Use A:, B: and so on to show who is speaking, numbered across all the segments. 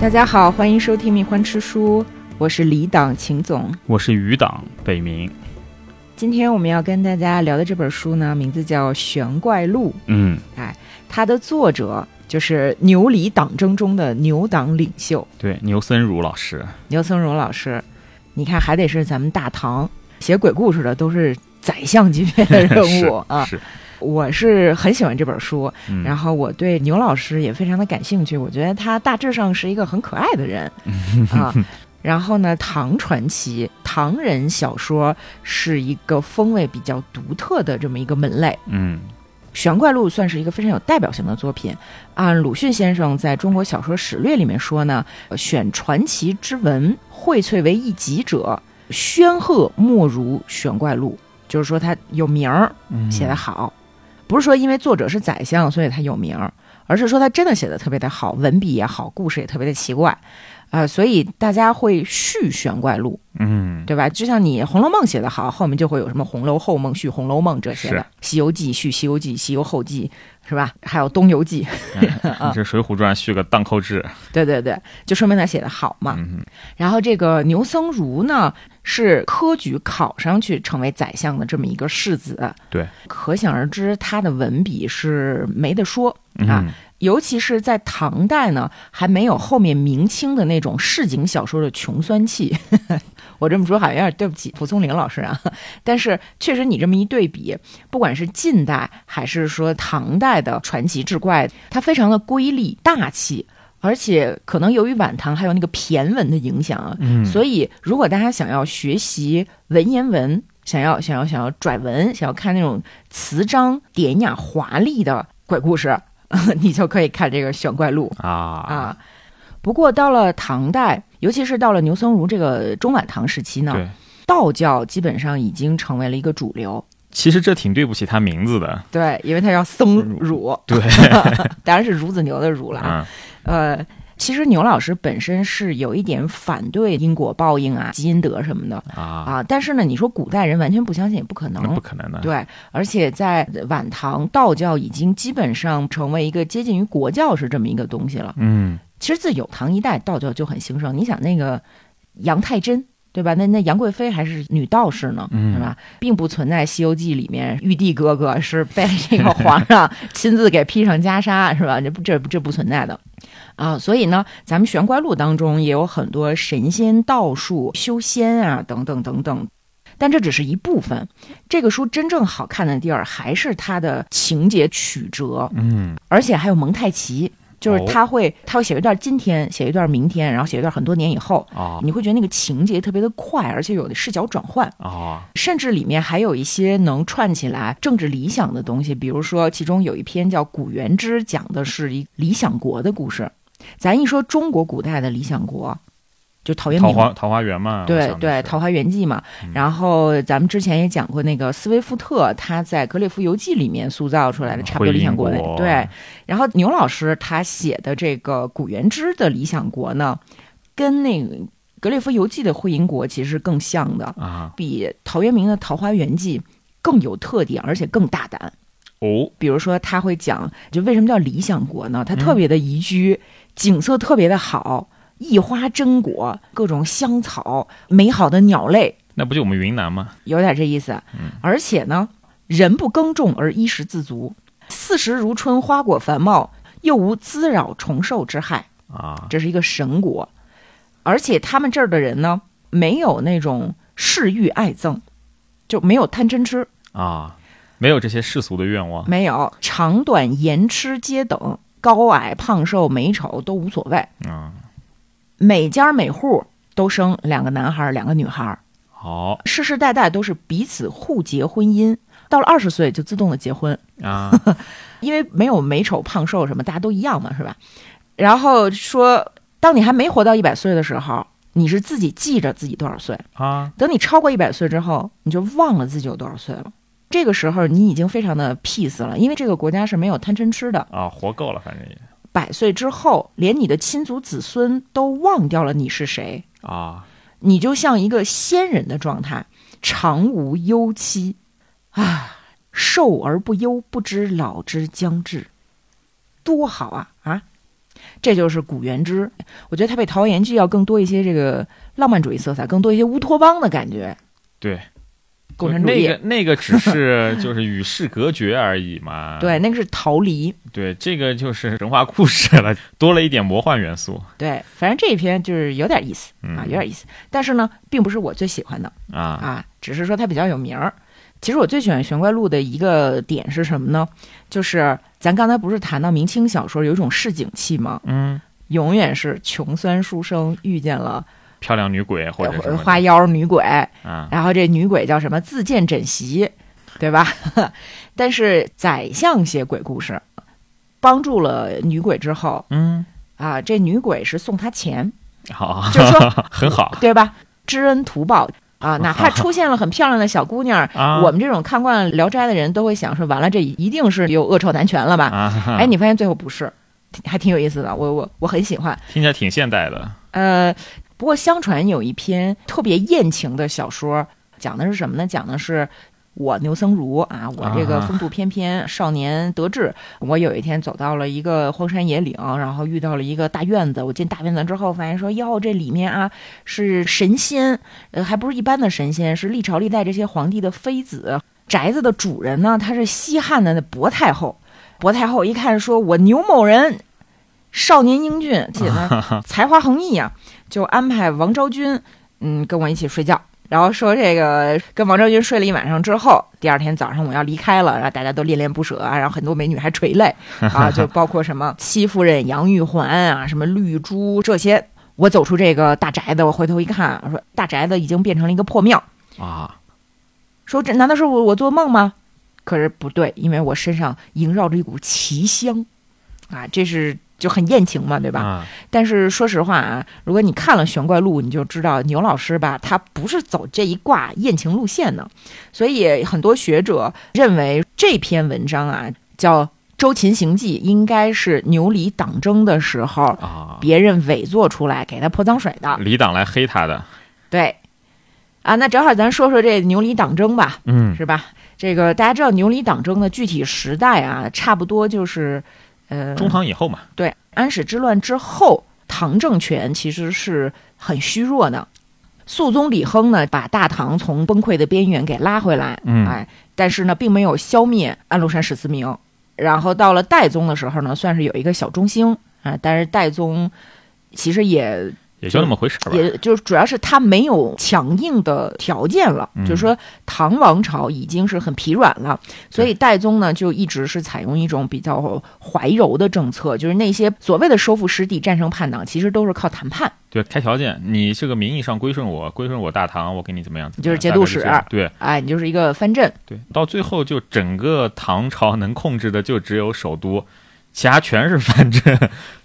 A: 大家好，欢迎收听《蜜獾吃书》，我是李党秦总。
B: 我是余党北冥，
A: 今天我们要跟大家聊的这本书呢，名字叫《玄怪录
B: 嗯，》，
A: 它的作者就是牛里党争中的牛党领袖
B: 对，牛森如老师，
A: 牛僧孺老师。你看，还得是咱们大唐写鬼故事的都是宰相级别的人
B: 是
A: 物啊。
B: 是，
A: 我是很喜欢这本书，
B: 嗯，
A: 然
B: 后
A: 后我对牛老师也非常的感兴趣，我觉得他大致上是一个很可爱的人啊。然后呢，唐传奇、唐人小说是一个风味比较独特的这么一个门类，
B: 嗯，
A: 《玄怪录》算是一个非常有代表性的作品。按鲁迅先生在《中国小说史略》里面说呢，呃选传奇之文荟萃为一集者，宣赫莫如《玄怪录》，就是说他有名儿，
B: 嗯
A: 写得好，不是说因为作者是宰相所以他有名儿，而是说他真的写的特别的好，文笔也好，故事也特别的奇怪，呃，所以大家会续《玄怪录》，
B: 嗯，
A: 对吧？就像你《红楼梦》写得好，后面就会有什么《红楼后梦》续《红楼梦》这些的，
B: 是
A: 《西游记》续《西游记》，《西游后记》是吧？还有《东游记》，
B: 你 这《水浒传》续个荡寇志，
A: 对对对，就说明他写的好嘛。
B: 嗯
A: 然后这个牛僧孺呢，是科举考上去成为宰相的这么一个世子，
B: 对，
A: 可想而知他的文笔是没得说。
B: 嗯
A: 啊，尤其是在唐代呢，还没有后面明清的那种市井小说的穷酸气。 我这么说好像有点对不起蒲松龄老师啊，但是确实你这么一对比，不管是近代还是说唐代的传奇志怪，它非常的瑰丽大气，而且可能由于晚唐还有那个骈文的影响啊，
B: 嗯，
A: 所以，如果大家想要学习文言文，想要想要想要拽文，想要看那种词章典雅华丽的鬼故事， 你就可以看这个《选怪录》
B: 啊啊，
A: 啊。不过到了唐代，尤其是到了牛僧孺这个中晚唐时期呢，
B: 对，
A: 道教基本上已经成为了一个主流。
B: 其实这挺对不起他名字的，
A: 对，因为它叫僧儒，
B: 嗯对，
A: 当然是孺子牛的孺了啊。
B: 嗯
A: 呃，其实牛老师本身是有一点反对因果报应啊、积阴德什么的，
B: 啊，
A: 啊，但是呢，你说古代人完全不相信也不可
B: 那不
A: 能。
B: 可能的，
A: 对，而且在晚唐，道教已经基本上成为一个接近于国教是这么一个东西了。
B: 嗯，
A: 其实自有唐一代，道教就很兴盛。你想那个杨太真，对吧？那那杨贵妃还是女道士呢，
B: 嗯
A: 是吧？并不存在《西游记》里面玉帝哥哥是被这个皇上亲自给披上袈裟，是吧？这不这不这不存在的。啊，所以呢，咱们《玄怪录》当中也有很多神仙、道术、修仙啊，等等等等，但这只是一部分。这个书真正好看的地儿，还是它的情节曲折，
B: 嗯，
A: 而且还有蒙太奇，就是
B: 哦
A: 他会、他会写一段今天，写一段明天，然后写一段很多年以后，
B: 啊
A: 你会觉得那个情节特别的快，而且有的视角转换，
B: 啊，
A: 甚至里面还有一些能串起来政治理想的东西，比如说其中有一篇叫《古元之》，讲的是一理想国的故事。咱一说中国古代的理想国，就陶渊
B: 桃
A: 明。
B: 花桃花源嘛，我
A: 对
B: 想的
A: 对，《
B: 是嗯
A: 桃花源记》嘛。然后咱们之前也讲过那个斯威夫特，他在《格列佛游记》里面塑造出来的差不多理想国的
B: 回英嗯国
A: 对。然后牛老师他写的这个古元之的理想国呢，跟那个《格列佛游记》的会英国其实更像的，
B: 啊，
A: 比陶渊明的《桃花源记》更有特点，而且更大胆。
B: 哦，
A: 比如说，他会讲，就为什么叫理想国呢？它特别的宜居，景色特别的好，一花真果，各种香草，美好的鸟类，
B: 那不就我们云南吗？
A: 有点这意思。而且呢，人不耕种而衣食自足，四时如春，花果繁茂，又无滋扰虫兽之害，
B: 啊，
A: 这是一个神国。而且他们这儿的人呢，没有那种嗜欲爱憎，就没有贪嗔痴。
B: 啊，没有这些世俗的愿望，
A: 没有，长短、颜痴皆等，高矮、胖瘦、美丑都无所谓。
B: 嗯，
A: 每家每户都生两个男孩儿，两个女孩儿，
B: 好
A: 世世代代都是彼此互结婚姻。到了二十岁就自动的结婚，
B: 啊，
A: 因为没有美丑胖瘦什么，大家都一样嘛，是吧？然后说，当你还没活到一百岁的时候，你是自己记着自己多少岁；
B: 啊，
A: 等你超过一百岁之后，你就忘了自己有多少岁了。这个时候你已经非常的 peace 了，因为这个国家是没有贪嗔痴的，
B: 啊，活够了，反正也
A: 百岁之后，连你的亲族子孙都忘掉了你是谁，
B: 啊，
A: 你就像一个仙人的状态，常无忧期啊，寿而不忧，不知老之将至，多好啊啊！这就是古元之。我觉得它比《桃源记》要更多一些这个浪漫主义色彩，更多一些乌托邦的感觉。
B: 对，
A: 共产主
B: 那
A: 义，
B: 个那个 只是就是与世隔绝而已嘛。
A: 对，那个是逃离。
B: 对，这个就是神话故事了，多了一点魔幻元素。
A: 对，反正这一篇就是有点意思
B: 嗯
A: 啊，有点意思。但是呢，并不是我最喜欢的
B: 啊
A: 啊，只是说它比较有名儿。其实我最喜欢玄怪录的一个点是什么呢？就是咱刚才不是谈到明清小说有一种市井气吗？
B: 嗯，
A: 永远是穷酸书生遇见了呃
B: 漂亮女鬼或者什么的
A: 花妖女鬼，
B: 啊，
A: 然后这女鬼叫什么自荐枕席，对吧？ 但是宰相写鬼故事，帮助了女鬼之后
B: 嗯，
A: 啊，这女鬼是送他钱，
B: 好，
A: 就是说
B: 很好
A: 对吧？知恩图报啊，哪怕出现了很漂亮的小姑娘，
B: 啊。
A: 我们这种看惯《聊斋》的人都会想说，完了，这一定是有恶臭难全了吧？
B: 啊，
A: 哎，你发现最后不是，还挺有意思的，我我我很喜欢。
B: 听起来挺现代的。
A: 呃，不过相传有一篇特别艳情的小说，讲的是什么呢？讲的是。我牛僧孺啊，我这个
B: 啊
A: 风度翩翩、少年得志。我有一天走到了一个荒山野岭，然后遇到了一个大院子。我进大院子之后，发现说，哟，这里面啊是神仙，呃，还不是一般的神仙，是历朝历代这些皇帝的妃子。宅子的主人呢，他是西汉的那薄太后。薄太后一看说，我牛某人少年英俊，且呢才华横溢呀、就安排王昭君，嗯，跟我一起睡觉。然后说这个跟王昭君睡了一晚上之后，第二天早上我要离开了，然后大家都恋恋不舍啊，然后很多美女还垂泪啊，就包括什么戚夫人、杨玉环啊，什么绿珠这些。我走出这个大宅子，我回头一看，我说大宅子已经变成了一个破庙。
B: 啊，
A: 说这难道是我我做梦吗？可是不对，因为我身上萦绕着一股奇香，啊，这是就很艳情嘛，对吧？
B: 啊，
A: 但是说实话啊，如果你看了《玄怪录》，你就知道牛老师吧，他不是走这一挂艳情路线的，所以很多学者认为这篇文章啊叫《周秦行记》，应该是牛李党争的时候
B: 啊，
A: 别人伪作出来给他泼脏水的。
B: 李党来黑他的，
A: 对，啊，那正好咱说说这牛李党争吧，
B: 嗯，
A: 是吧？这个大家知道牛李党争的具体时代啊，差不多就是，呃，
B: 中唐以后嘛，
A: 对，安史之乱之后，唐政权其实是很虚弱的。肃宗李亨呢，把大唐从崩溃的边缘给拉回来，
B: 嗯
A: 哎，但是呢，并没有消灭安禄山史思明。然后到了代宗的时候呢，算是有一个小中兴啊，但是代宗其实也
B: 也就那么回事儿吧。
A: 也就是主要是他没有强硬的条件了，
B: 嗯
A: 就是说唐王朝已经是很疲软了，所以代宗呢就一直是采用一种比较怀柔的政策，就是那些所谓的收复失地、战胜叛党，其实都是靠谈判。
B: 对，开条件，你这个名义上归顺我，归顺我大唐，我给你怎么样？怎么
A: 就是
B: 样
A: 节
B: 大
A: 度
B: 概
A: 使
B: 这样对
A: 哎，你就是一个藩镇，
B: 对，到最后就整个唐朝能控制的就只有首都，其他全是藩镇，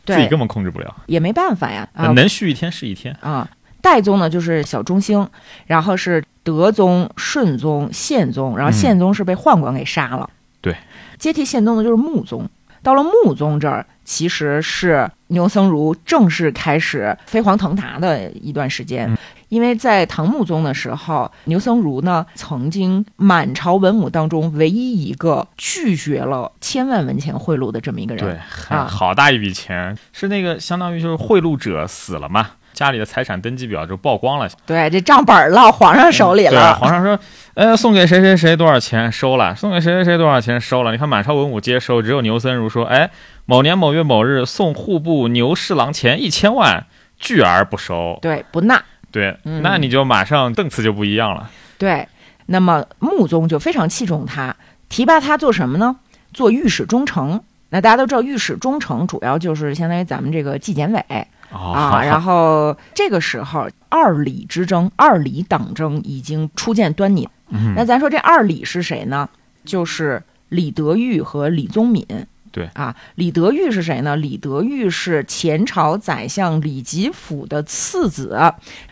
B: 自己
A: 对
B: 根，本控制不了。
A: 也没办法呀啊
B: 能续一天是一天。
A: 啊！代宗呢就是小中兴，然后是德宗、顺宗、宪宗，然后
B: 嗯
A: 宪宗是被宦官给杀了。
B: 对，
A: 接替宪宗的就是穆宗。到了穆宗这儿，其实是牛僧孺正式开始飞黄腾达的一段时间。
B: 嗯
A: 因为在唐穆宗的时候，牛僧孺呢曾经满朝文武当中唯一一个拒绝了千万文钱贿赂的这么一个人。
B: 对，
A: 啊
B: 好大一笔钱，是那个相当于就是贿赂者死了嘛，家里的财产登记表就曝光了，
A: 对，这账本儿落皇 上手里
B: 嗯对啊
A: 了。
B: 皇上说，呃，送给谁谁谁多少钱收了，送给谁谁谁多少钱收了。你看满朝文武皆收，只有牛僧孺说，哎，某年某月某日送户部牛侍郎钱一千万，拒而不收。
A: 对，不纳。
B: 对，
A: 嗯
B: 那你就马上证词就不一样了。
A: 对，那么穆宗就非常器重他，提拔他做什么呢？做御史中丞。那大家都知道，御史中丞主要就是相当于咱们这个纪检委啊。然后这个时候，二李之争、二李党争已经初见端倪。
B: 嗯
A: 那咱说这二李是谁呢？就是李德裕和李宗闵。
B: 对
A: 啊，李德裕是谁呢？李德裕是前朝宰相李吉甫的次子，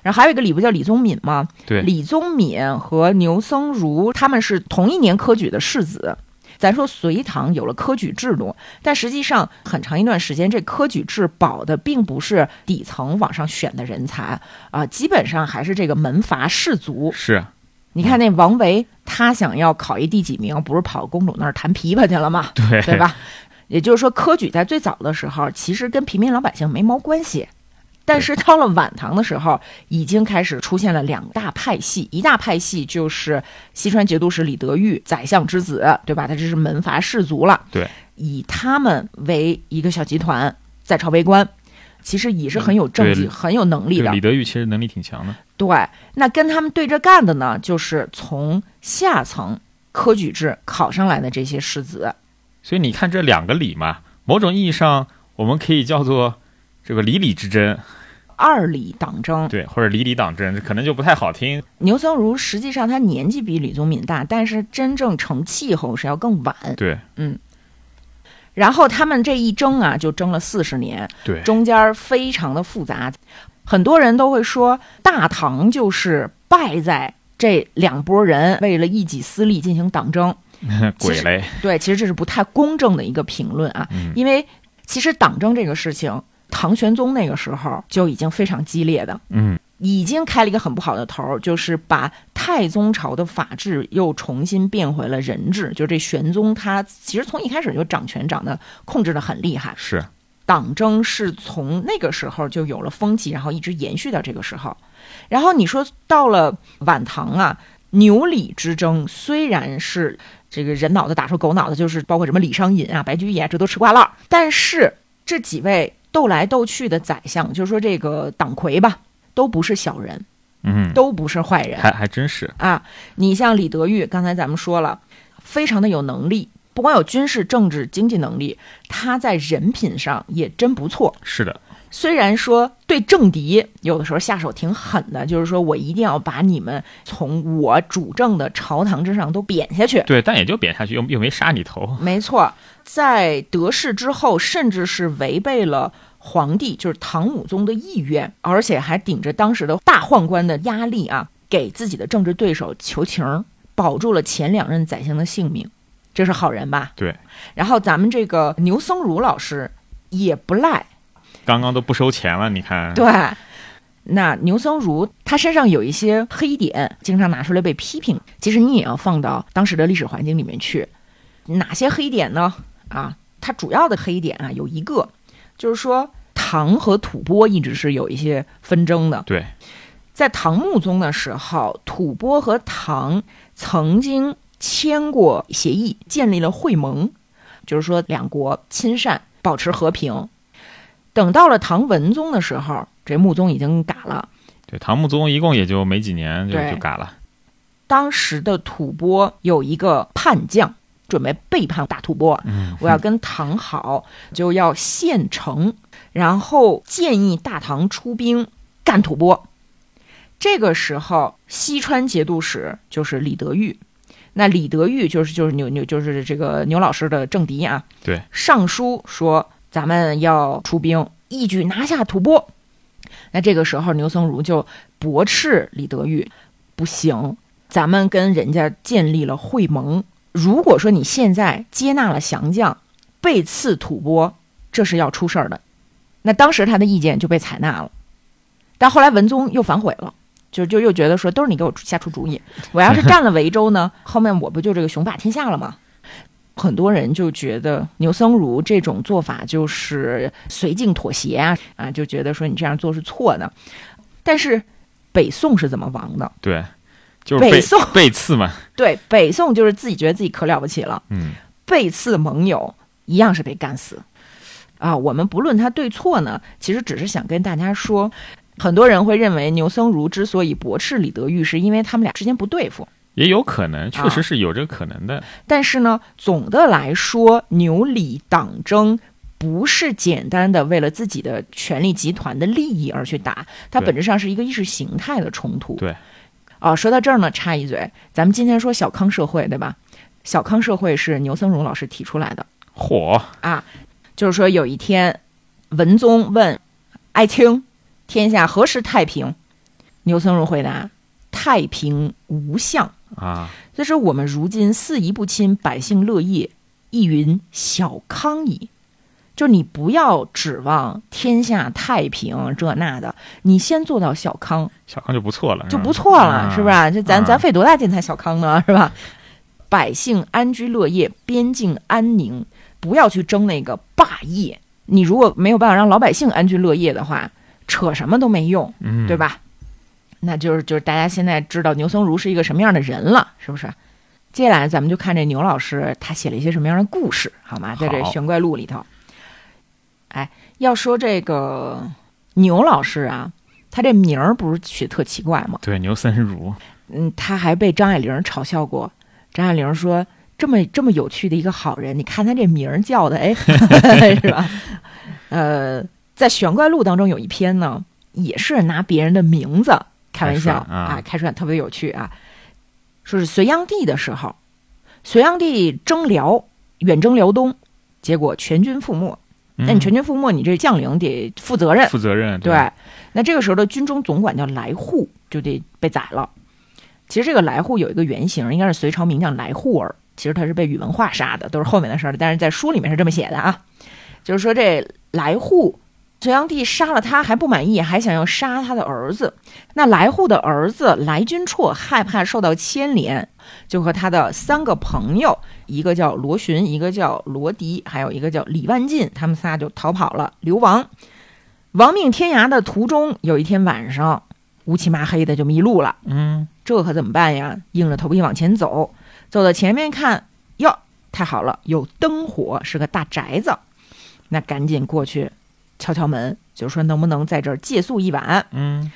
A: 然后还有一个李不叫李宗闵吗？
B: 对
A: 李宗闵和牛僧孺他们是同一年科举的世子。咱说隋唐有了科举制度，但实际上很长一段时间，这科举制保的并不是底层往上选的人才啊、基本上还是这个门阀士族。
B: 是
A: 你看那王维，他想要考一第几名，不是跑公主那儿弹琵琶去了吗？
B: 对
A: 对吧？ 也就是说，科举在最早的时候其实跟平民老百姓没毛关系，但是到了晚唐的时候，已经开始出现了两大派系，一大派系就是西川节度使李德裕，宰相之子，对吧？他这是门阀士族了，
B: 对，
A: 以他们为一个小集团在朝为官。其实也是很有政绩、
B: 对
A: 很有能力
B: 这
A: 的
B: 个。李德裕其实能力挺强的，
A: 对，那跟他们对着干的呢，就是从下层科举制考上来的这些士子。
B: 所以你看这两个李嘛，某种意义上我们可以叫做这个李李之争，
A: 二李党争，
B: 对，或者李李党争，这可能就不太好听。
A: 牛僧孺实际上他年纪比李宗闵大，但是真正成气候是要更晚。嗯
B: 对
A: 然后他们这一争啊，就争了四十年，
B: 对
A: 中间儿非常的复杂。很多人都会说，大唐就是败在这两拨人为了一己私利进行党争。其
B: 鬼
A: 实
B: 嘞，
A: 对，其实这是不太公正的一个评论啊，
B: 嗯
A: 因为其实党争这个事情，唐玄宗那个时候就已经非常激烈的，
B: 嗯，
A: 已经开了一个很不好的头儿，就是把太宗朝的法制又重新变回了人治，就这玄宗他其实从一开始就掌权掌的控制的很厉害，
B: 是
A: 党争是从那个时候就有了风气，然后一直延续到这个时候。然后你说到了晚唐啊，牛李之争虽然是这个人脑子打出狗脑子，就是包括什么李商隐啊、白居易啊，这都吃瓜烂儿，但是这几位斗来斗去的宰相，就说这个党魁吧，都不是小人，
B: 嗯，
A: 都不是坏人
B: 还还真是，
A: 啊。你像李德裕，刚才咱们说了，非常的有能力。不光有军事、政治、经济能力，他在人品上也真不错。
B: 是的，
A: 虽然说对政敌有的时候下手挺狠的，就是说我一定要把你们从我主政的朝堂之上都贬下去。
B: 对，但也就贬下去，又又没杀你头，
A: 没错，在得势之后，甚至是违背了皇帝，就是唐武宗的意愿，而且还顶着当时的大宦官的压力啊，给自己的政治对手求情儿，保住了前两任宰相的性命，这是好人吧？
B: 对。
A: 然后咱们这个牛僧孺老师也不赖，
B: 刚刚都不收钱了，你看，
A: 对，那牛僧孺他身上有一些黑点，经常拿出来被批评。其实你也要放到当时的历史环境里面去，哪些黑点呢？啊，它主要的黑点啊有一个，就是说唐和吐蕃一直是有一些纷争的。
B: 对，
A: 在唐穆宗的时候，吐蕃和唐曾经签过协议，建立了会盟，就是说两国亲善，保持和平。等到了唐文宗的时候，这穆宗已经嘎了。
B: 对，唐穆宗一共也就没几年就
A: 对
B: 就嘎了，
A: 当时的吐蕃有一个叛将，准备背叛大吐蕃，
B: 嗯，
A: 我要跟唐好，就要献城，然后建议大唐出兵干吐蕃。这个时候，西川节度使就是李德裕，那李德裕就是就是牛牛就是这个牛老师的政敌啊。
B: 对，
A: 上书说咱们要出兵，一举拿下吐蕃。那这个时候，牛僧孺就驳斥李德裕，不行，咱们跟人家建立了会盟，如果说你现在接纳了降将，背刺吐蕃，这是要出事儿的。那当时他的意见就被采纳了，但后来文宗又反悔了，就就又觉得说都是你给我出瞎出主意，我要是占了维州 呢，后面我不就这个雄霸天下了吗？很多人就觉得牛僧孺这种做法就是绥靖妥协啊啊，就觉得说你这样做是错的。但是北宋是怎么亡的？
B: 对，就是被
A: 宋
B: 被刺嘛，
A: 对，北宋就是自己觉得自己可了不起了，
B: 嗯，
A: 背刺盟友一样是被干死。啊，我们不论他对错呢，其实只是想跟大家说，很多人会认为牛僧孺之所以驳斥李德裕，是因为他们俩之间不对付。
B: 也有可能，确
A: 啊
B: 实是有这个可能的，
A: 但是呢，总的来说，牛李党争不是简单的为了自己的权力集团的利益而去打，它
B: 对
A: 本质上是一个意识形态的冲突。
B: 对，
A: 啊，说到这儿呢，插一嘴，咱们今天说小康社会，对吧？小康社会是牛僧孺老师提出来的，
B: 嚯，
A: 就是说有一天，文宗问爱卿，天下何时太平？牛僧孺回答：太平无相。
B: 啊，
A: 所以说，我们如今四夷不侵，百姓乐业，亦云小康矣。就你不要指望天下太平这那的，你先做到小康
B: 小康就不错了，
A: 就不
B: 是吧
A: 错了，
B: 嗯
A: 是不是？这咱、
B: 嗯
A: 咱费 多大劲才小康呢，是吧？百姓安居乐业，边境安宁，不要去争那个霸业。你如果没有办法让老百姓安居乐业的话，扯什么都没用，
B: 嗯，
A: 对？吧？那就是就是大家现在知道牛僧孺是一个什么样的人了，是不是？接下来咱们就看这牛老师他写了一些什么样的故事，好吗？在这《
B: 好
A: 玄怪录》里头，哎，要说这个牛老师啊，他这名儿不是取得特奇怪吗？
B: 对，牛森如，
A: 嗯，他还被张爱玲嘲笑过。张爱玲说：“这么这么有趣的一个好人，你看他这名儿叫的，哎， 是吧？”呃，在《玄怪录》当中有一篇呢，也是拿别人的名字开玩笑
B: 开涮啊
A: 开涮特别有趣啊。说是隋炀帝的时候，隋炀帝征辽，远征辽东，结果全军覆没。那你全
B: 嗯
A: 军覆没，你这将领得负责任，
B: 负责任，
A: 对，那这个时候的军中总管叫来户，就得被宰了。其实这个来户有一个原型，应该是隋朝名将来户儿。其实他是被宇文化杀的，都是后面的事儿了。但是在书里面是这么写的啊，就是说这来户，隋炀帝杀了他还不满意，还想要杀他的儿子。那来户的儿子来君绰害怕受到牵连，就和他的三个朋友，一个叫罗询，一个叫罗迪，还有一个叫李万进，他们仨就逃跑了，流亡。亡命天涯的途中，有一天晚上，乌漆麻黑的就迷路了，
B: 嗯，
A: 这可怎么办呀？硬着头皮往前走，走到前面看，哟，太好了，有灯火，是个大宅子，那赶紧过去敲敲门，就说能不能在这儿借宿一晚？
B: 嗯，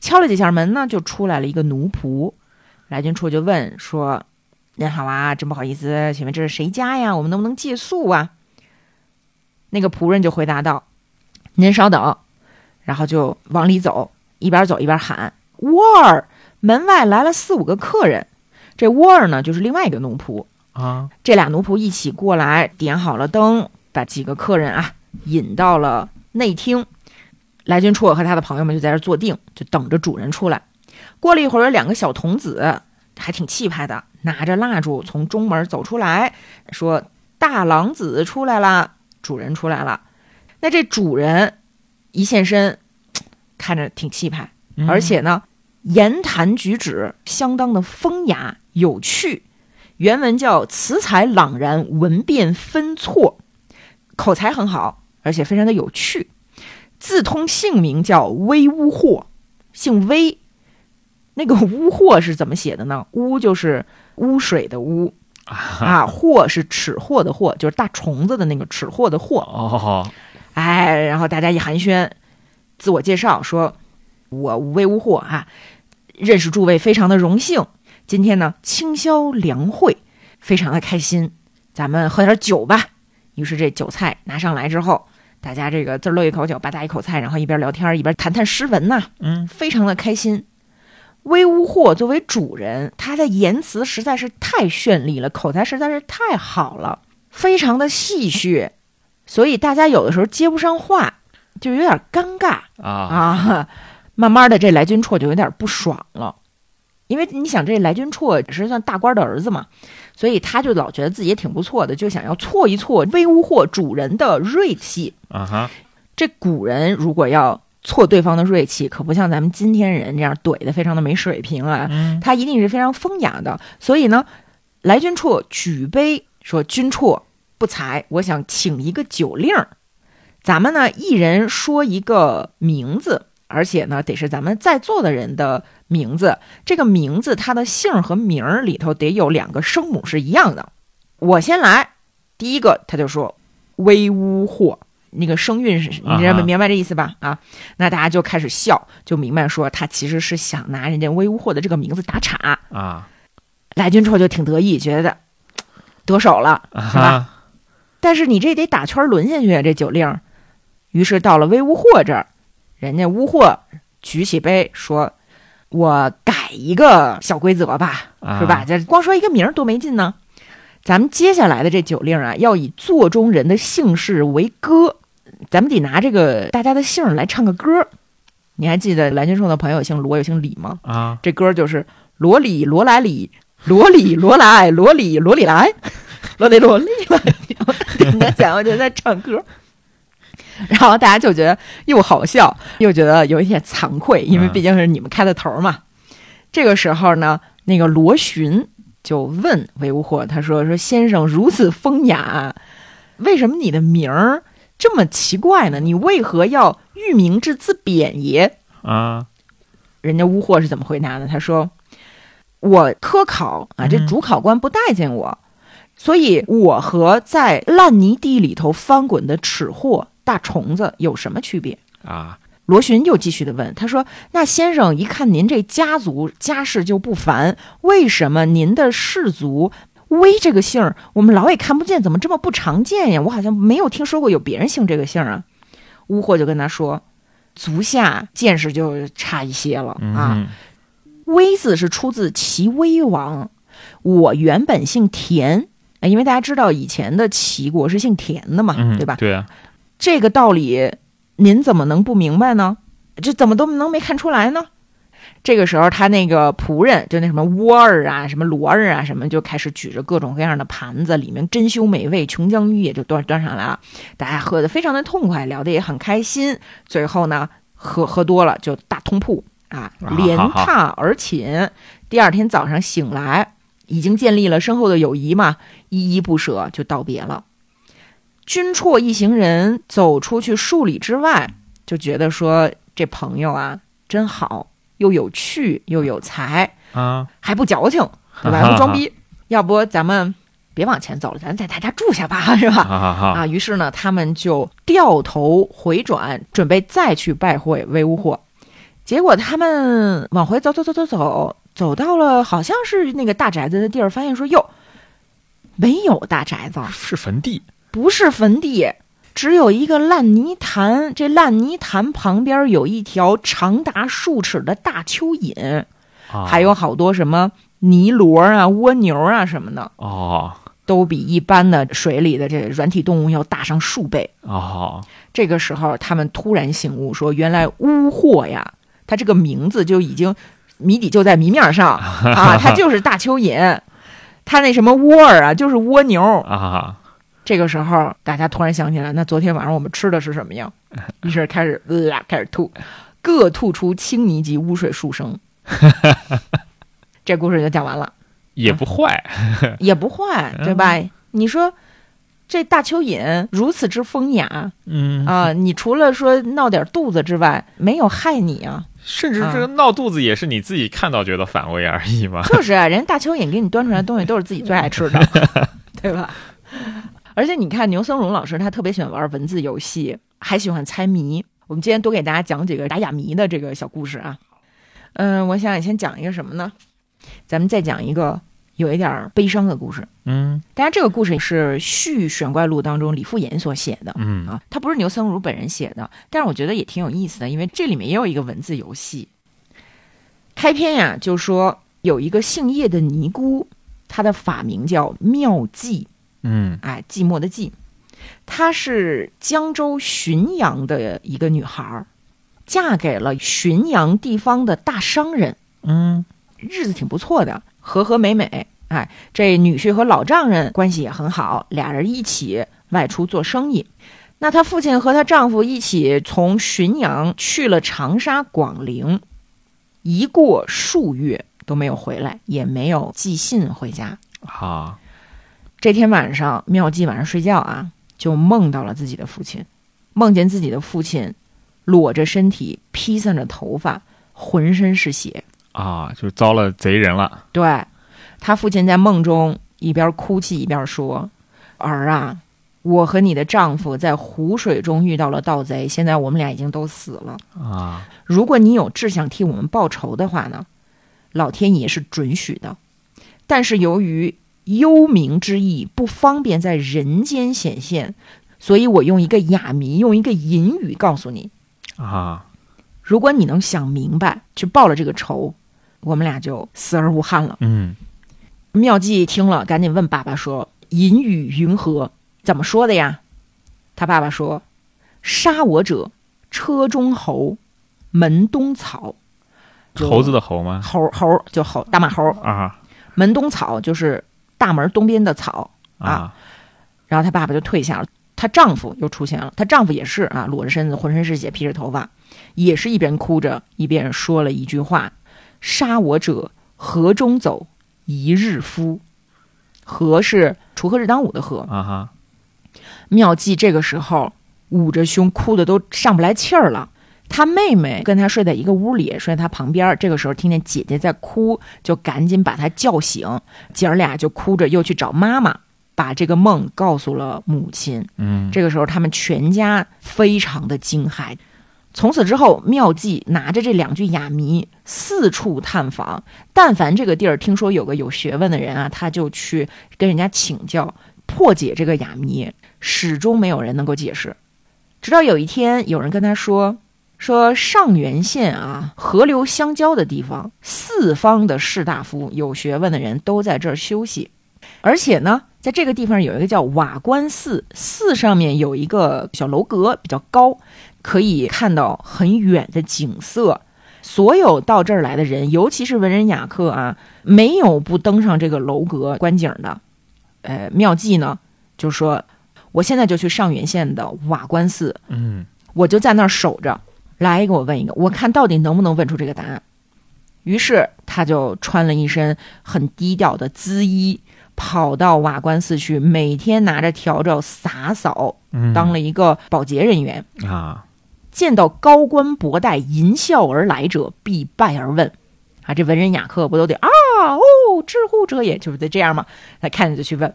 A: 敲了几下门呢，就出来了一个奴仆。来军处就问说：“您好啊，真不好意思，请问这是谁家呀？我们能不能借宿啊？”那个仆人就回答道：“您稍等。”然后就往里走，一边走一边喊：“窝儿！”门外来了四五个客人。这窝儿呢，就是另外一个奴仆。
B: 啊，
A: 这俩奴仆一起过来，点好了灯，把几个客人啊引到了内厅。来军处和他的朋友们就在这儿坐定，就等着主人出来。过了一会儿，有两个小童子还挺气派的，拿着蜡烛从中门走出来，说：“大郎子出来啦，主人出来了。”那这主人一现身，看着挺气派，
B: 嗯
A: 而且呢，言谈举止相当的风雅有趣。原文叫“词才朗然，文辩分错”，口才很好，而且非常的有趣。自通姓名叫微乌霍，姓微。那个乌霍是怎么写的呢？乌就是污水的污啊，霍是尺货的霍，就是大虫子的那个尺货的霍。
B: 哦，
A: 哎，然后大家一寒暄，自我介绍说：“我无为无惑哈、啊，认识诸位非常的荣幸。今天呢，清宵良会，非常的开心，咱们喝点酒吧。”于是这酒菜拿上来之后，大家这个滋儿乐一口酒，吧嗒一口菜，然后一边聊天儿一边谈谈诗文呐、
B: 嗯，
A: 非常的开心。威乌霍作为主人，他的言辞实在是太绚丽了，口才实在是太好了，非常的戏谑，所以大家有的时候接不上话，就有点尴尬
B: 啊，
A: 啊。慢慢的，这来君绰就有点不爽了，因为你想，这来君绰也是算大官的儿子嘛，所以他就老觉得自己也挺不错的，就想要挫一挫威乌霍主人的锐气。
B: 啊哈，
A: 这古人如果要挫对方的锐气，可不像咱们今天人这样怼的非常的没水平啊，
B: 嗯，
A: 他一定是非常风雅的。所以呢，来君绰举杯说：“君绰不才，我想请一个酒令儿，咱们呢一人说一个名字，而且呢得是咱们在座的人的名字。这个名字它的姓儿和名儿里头得有两个声母是一样的。我先来，第一个他就说威乌霍。”那个声韵是，你知道
B: 啊哈
A: 明白这意思吧？啊，那大家就开始笑，就明白说他其实是想拿人家威乌霍的这个名字打岔。
B: 啊，
A: 来军绰就挺得意，觉得得手了。
B: 啊
A: 吧
B: 哈，
A: 但是你这得打圈儿轮下去啊，这酒令儿。于是到了威乌霍这儿，人家乌霍举起杯说：“我改一个小规则吧，
B: 啊
A: 是吧？这光说一个名儿多没劲呢。咱们接下来的这酒令啊，要以座中人的姓氏为歌，咱们得拿这个大家的姓儿来唱个歌儿。你还记得蓝军硕的朋友姓罗，有姓李吗？
B: 啊，
A: 这歌就是罗里罗来里，罗里罗来，罗里罗里来，罗里罗里来。你能想象就在唱歌，然后大家就觉得又好笑，又觉得有一些惭愧，因为
B: 嗯
A: 毕竟是你们开的头嘛。这个时候呢，那个罗询就问韦无惑，他说：“说先生如此风雅，为什么你的名儿这么奇怪呢？你为何要欲名至自贬也
B: 啊，？”
A: 人家乌惑是怎么回答的？他说：“我科考啊，这
B: 嗯
A: 主考官不待见我，所以我和在烂泥地里头翻滚的尺货大虫子有什么区别？”
B: 啊，
A: 罗询又继续的问，他说：“那先生一看您这家族家世就不凡，为什么您的氏族微这个姓儿，我们老也看不见，怎么这么不常见呀？我好像没有听说过有别人姓这个姓儿啊。”乌霍就跟他说：“足下见识就差一些了
B: 嗯
A: 啊，微字是出自齐威王，我原本姓田，哎因为大家知道以前的齐国是姓田的嘛，
B: 嗯，
A: 对吧？
B: 对啊，
A: 这个道理您怎么能不明白呢？这怎么都能没看出来呢？这个时候，他那个仆人就那什么窝儿啊，什么罗儿啊，什么就开始举着各种各样的盘子，里面珍馐美味、琼浆玉液就端端上来了。大家喝得非常的痛快，聊得也很开心。最后呢，喝喝多了就大通铺啊
B: 啊，
A: 连榻而寝。第二天早上醒来，已经建立了深厚的友谊嘛，依依不舍就道别了。君绰一行人走出去数里之外，就觉得说这朋友啊真好，又有趣又有才，
B: 啊，
A: 还不矫情，对吧？还不装逼。要不咱们别往前走了，咱在他家住下吧， 是吧？
B: 好好好，
A: 啊，于是呢，他们就掉头回转，准备再去拜会威乌霍。结果他们往回走走走走走，走到了好像是那个大宅子的地儿，发现说哟，没有大宅子，
B: 是坟地
A: 不是坟地，只有一个烂泥潭。这烂泥潭旁边有一条长达数尺的大蚯蚓，
B: 啊，
A: 还有好多什么泥螺啊、蜗牛啊什么的，
B: 哦
A: 都比一般的水里的这软体动物要大上数倍。
B: 哦，
A: 这个时候，他们突然醒悟，说原来巫货呀，它这个名字就已经谜底就在谜面上啊，它就是大蚯蚓，它那什么窝儿啊，就是蜗牛。
B: 啊
A: 这个时候，大家突然想起来，那昨天晚上我们吃的是什么呀？于是开始呃啦、开始吐，各吐出青泥及污水数升。这故事就讲完了，
B: 也不坏，
A: 也不坏，对吧？你说这大蚯蚓如此之风雅，
B: 嗯
A: 啊、你除了说闹点肚子之外，没有害你啊。
B: 甚至这个闹肚子也是你自己看到觉得反胃而已嘛。
A: 就是啊，人家大蚯蚓给你端出来的东西都是自己最爱吃的， 对吧？而且你看牛僧荣老师，他特别喜欢玩文字游戏，还喜欢猜谜。我们今天多给大家讲几个打哑谜的这个小故事啊。嗯、我想想先讲一个什么呢？咱们再讲一个有一点儿悲伤的故事。
B: 嗯
A: 当然，这个故事是《续选怪录》当中李复言所写的。
B: 嗯
A: 啊，它不是牛僧孺本人写的，但是我觉得也挺有意思的，因为这里面也有一个文字游戏。开篇呀、就说有一个姓叶的尼姑，她的法名叫妙寂，
B: 嗯
A: 哎，寂寞的寂，她是江州浔阳的一个女孩儿，嫁给了浔阳地方的大商人，
B: 嗯
A: 日子挺不错的，和和美美。哎，这女婿和老丈人关系也很好，俩人一起外出做生意。那她父亲和她丈夫一起从浔阳去了长沙、广陵，一过数月都没有回来，也没有寄信回家。
B: 啊
A: 这天晚上，妙计晚上睡觉啊，就梦到了自己的父亲，梦见自己的父亲裸着身体，披散着头发，浑身是血，
B: 啊，就遭了贼人了。
A: 对，他父亲在梦中一边哭泣一边说：“儿啊，我和你的丈夫在湖水中遇到了盗贼，现在我们俩已经都死了。
B: 啊
A: 如果你有志向替我们报仇的话呢，老天爷是准许的。但是由于幽冥之意不方便在人间显现，所以我用一个哑谜，用一个隐语告诉你：
B: 啊
A: 如果你能想明白去报了这个仇，我们俩就死而无憾了。”
B: 嗯
A: 妙计听了，赶紧问爸爸说：“隐语云何？怎么说的呀？”他爸爸说：“杀我者，车中侯，门东草。”
B: 猴子的猴吗？
A: 猴猴就猴大马猴，
B: 啊
A: 门东草就是大门东边的草。
B: 啊
A: 然后她爸爸就退下了，她丈夫又出现了，她丈夫也是啊，裸着身子，浑身是血，披着头发，也是一边哭着一边说了一句话：“杀我者，河中走，一日夫。和是锄禾日当午的和。
B: 啊哈，
A: 妙计这个时候捂着胸哭的都上不来气儿了。他妹妹跟他睡在一个屋里，睡在他旁边儿。这个时候听见姐姐在哭，就赶紧把她叫醒。姐儿俩就哭着又去找妈妈，把这个梦告诉了母亲。
B: 嗯，
A: 这个时候他们全家非常的惊骇。从此之后，妙计拿着这两句哑谜四处探访，但凡这个地儿听说有个有学问的人啊，他就去跟人家请教，破解这个哑谜，始终没有人能够解释。直到有一天，有人跟他说：“说上元县啊，河流相交的地方，四方的士大夫、有学问的人都在这儿休息，而且呢，在这个地方有一个叫瓦官寺，寺上面有一个小楼阁，比较高，可以看到很远的景色。所有到这儿来的人，尤其是文人雅客啊，没有不登上这个楼阁观景的。呃，妙计呢，就说我现在就去上元县的瓦官寺，
B: 嗯，
A: 我就在那儿守着，来一个我问一个，我看到底能不能问出这个答案。于是他就穿了一身很低调的缁衣，跑到瓦官寺去，每天拿着笤帚洒扫，
B: 嗯
A: 当了一个保洁人员。
B: 啊，
A: 见到高官博带，淫笑而来者，必拜而问。啊，这文人雅客不都得啊哦，知乎者也，就是得这样吗？他看着就去问。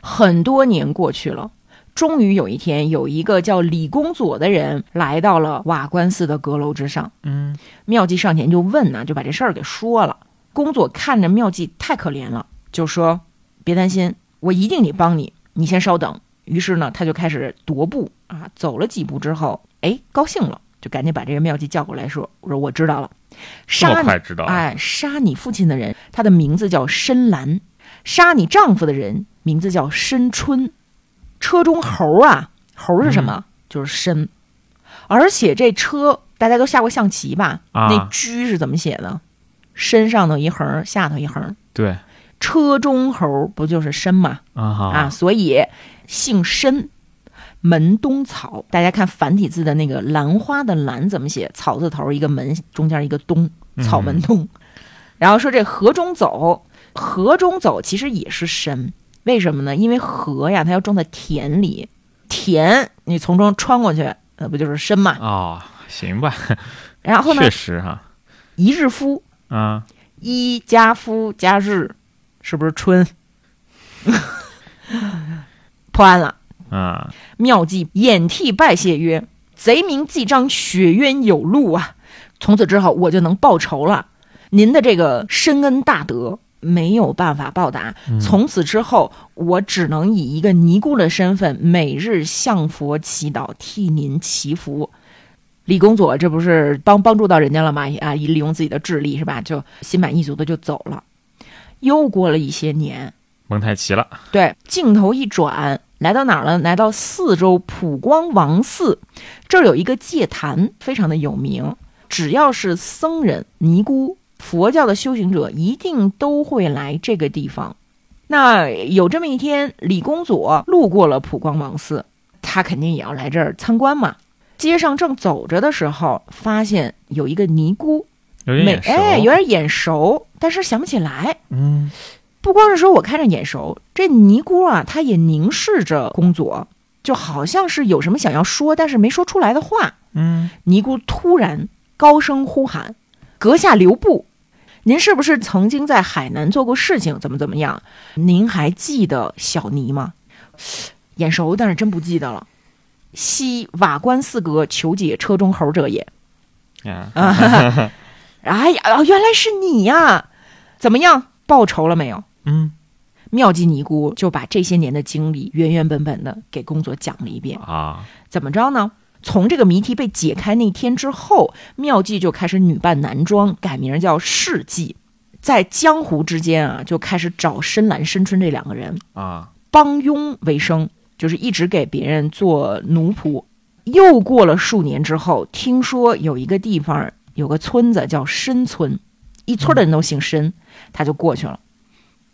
A: 很多年过去了，终于有一天，有一个叫李公佐的人来到了瓦官寺的阁楼之上。
B: 嗯
A: 妙计上前就问呐、就把这事儿给说了。公佐看着妙计太可怜了，就说：“别担心，我一定得帮你，你先稍等。”于是呢，他就开始踱步啊，走了几步之后，哎，高兴了，就赶紧把这个妙计叫过来说：“我说我知道了，
B: 这
A: 杀
B: 么
A: 你
B: 快知道了，啊
A: 哎，杀你父亲的人，他的名字叫申兰；杀你丈夫的人，名字叫申春。车中猴啊，猴是什
B: 嗯
A: 么？就是申。而且这车，大家都下过象棋吧？
B: 啊
A: 那车是怎么写的？身上头一横，下头一横。
B: 对
A: 车中猴不就是申吗？
B: 啊哈
A: 啊，所以姓申。门东草，大家看繁体字的那个兰花的兰怎么写？草字头一个门，中间一个东，
B: 嗯
A: 草门洞。然后说这河中走，河中走其实也是神，为什么呢？因为河呀，它要种在田里，田你从中穿过去，那不就是深嘛？
B: 哦，行吧，
A: 然后呢
B: 确，实哈，
A: 一日夫，
B: 啊，
A: 一加夫加日，是不是春？ 破案了，
B: 啊，
A: 妙计掩涕拜谢曰：“贼名既彰，雪冤有路啊！从此之后，我就能报仇了。您的这个深恩大德没有办法报答，从此之后，我只能以一个尼姑的身份，每日向佛祈祷，替您祈福。”李公佐这不是帮帮助到人家了吗？啊，利用自己的智力是吧？就心满意足的就走了。又过了一些年，
B: 蒙太奇了，
A: 对，镜头一转，来到哪儿了？来到四周普光王寺，这儿有一个戒坛，非常的有名。只要是僧人、尼姑、佛教的修行者，一定都会来这个地方。那有这么一天，李公佐路过了普光王寺，他肯定也要来这儿参观嘛。街上正走着的时候，发现有一个尼姑，
B: 有点
A: 没
B: 眼熟，
A: 哎，有点眼熟，但是想不起来。
B: 嗯
A: 不光是说我看着眼熟，这尼姑啊，她也凝视着公佐，就好像是有什么想要说，但是没说出来的话。
B: 嗯，
A: 尼姑突然高声呼喊：“阁下留步！您是不是曾经在海南做过事情？怎么怎么样？您还记得小尼吗？”眼熟，但是真不记得了。昔瓦官四阁求解车中猴者也。
B: 呀
A: 哎呀，哦原来是你呀、怎么样？报仇了没有？
B: 嗯
A: 妙计尼姑就把这些年的经历原原本本的给公佐讲了一遍。
B: 啊，
A: 怎么着呢？从这个谜题被解开那天之后，妙计就开始女扮男装，改名叫世纪，在江湖之间啊，就开始找深蓝、深春这两个人
B: 啊，
A: 帮佣为生，就是一直给别人做奴仆。又过了数年之后，听说有一个地方有个村子叫深村，一村的人都姓申，他就过去了。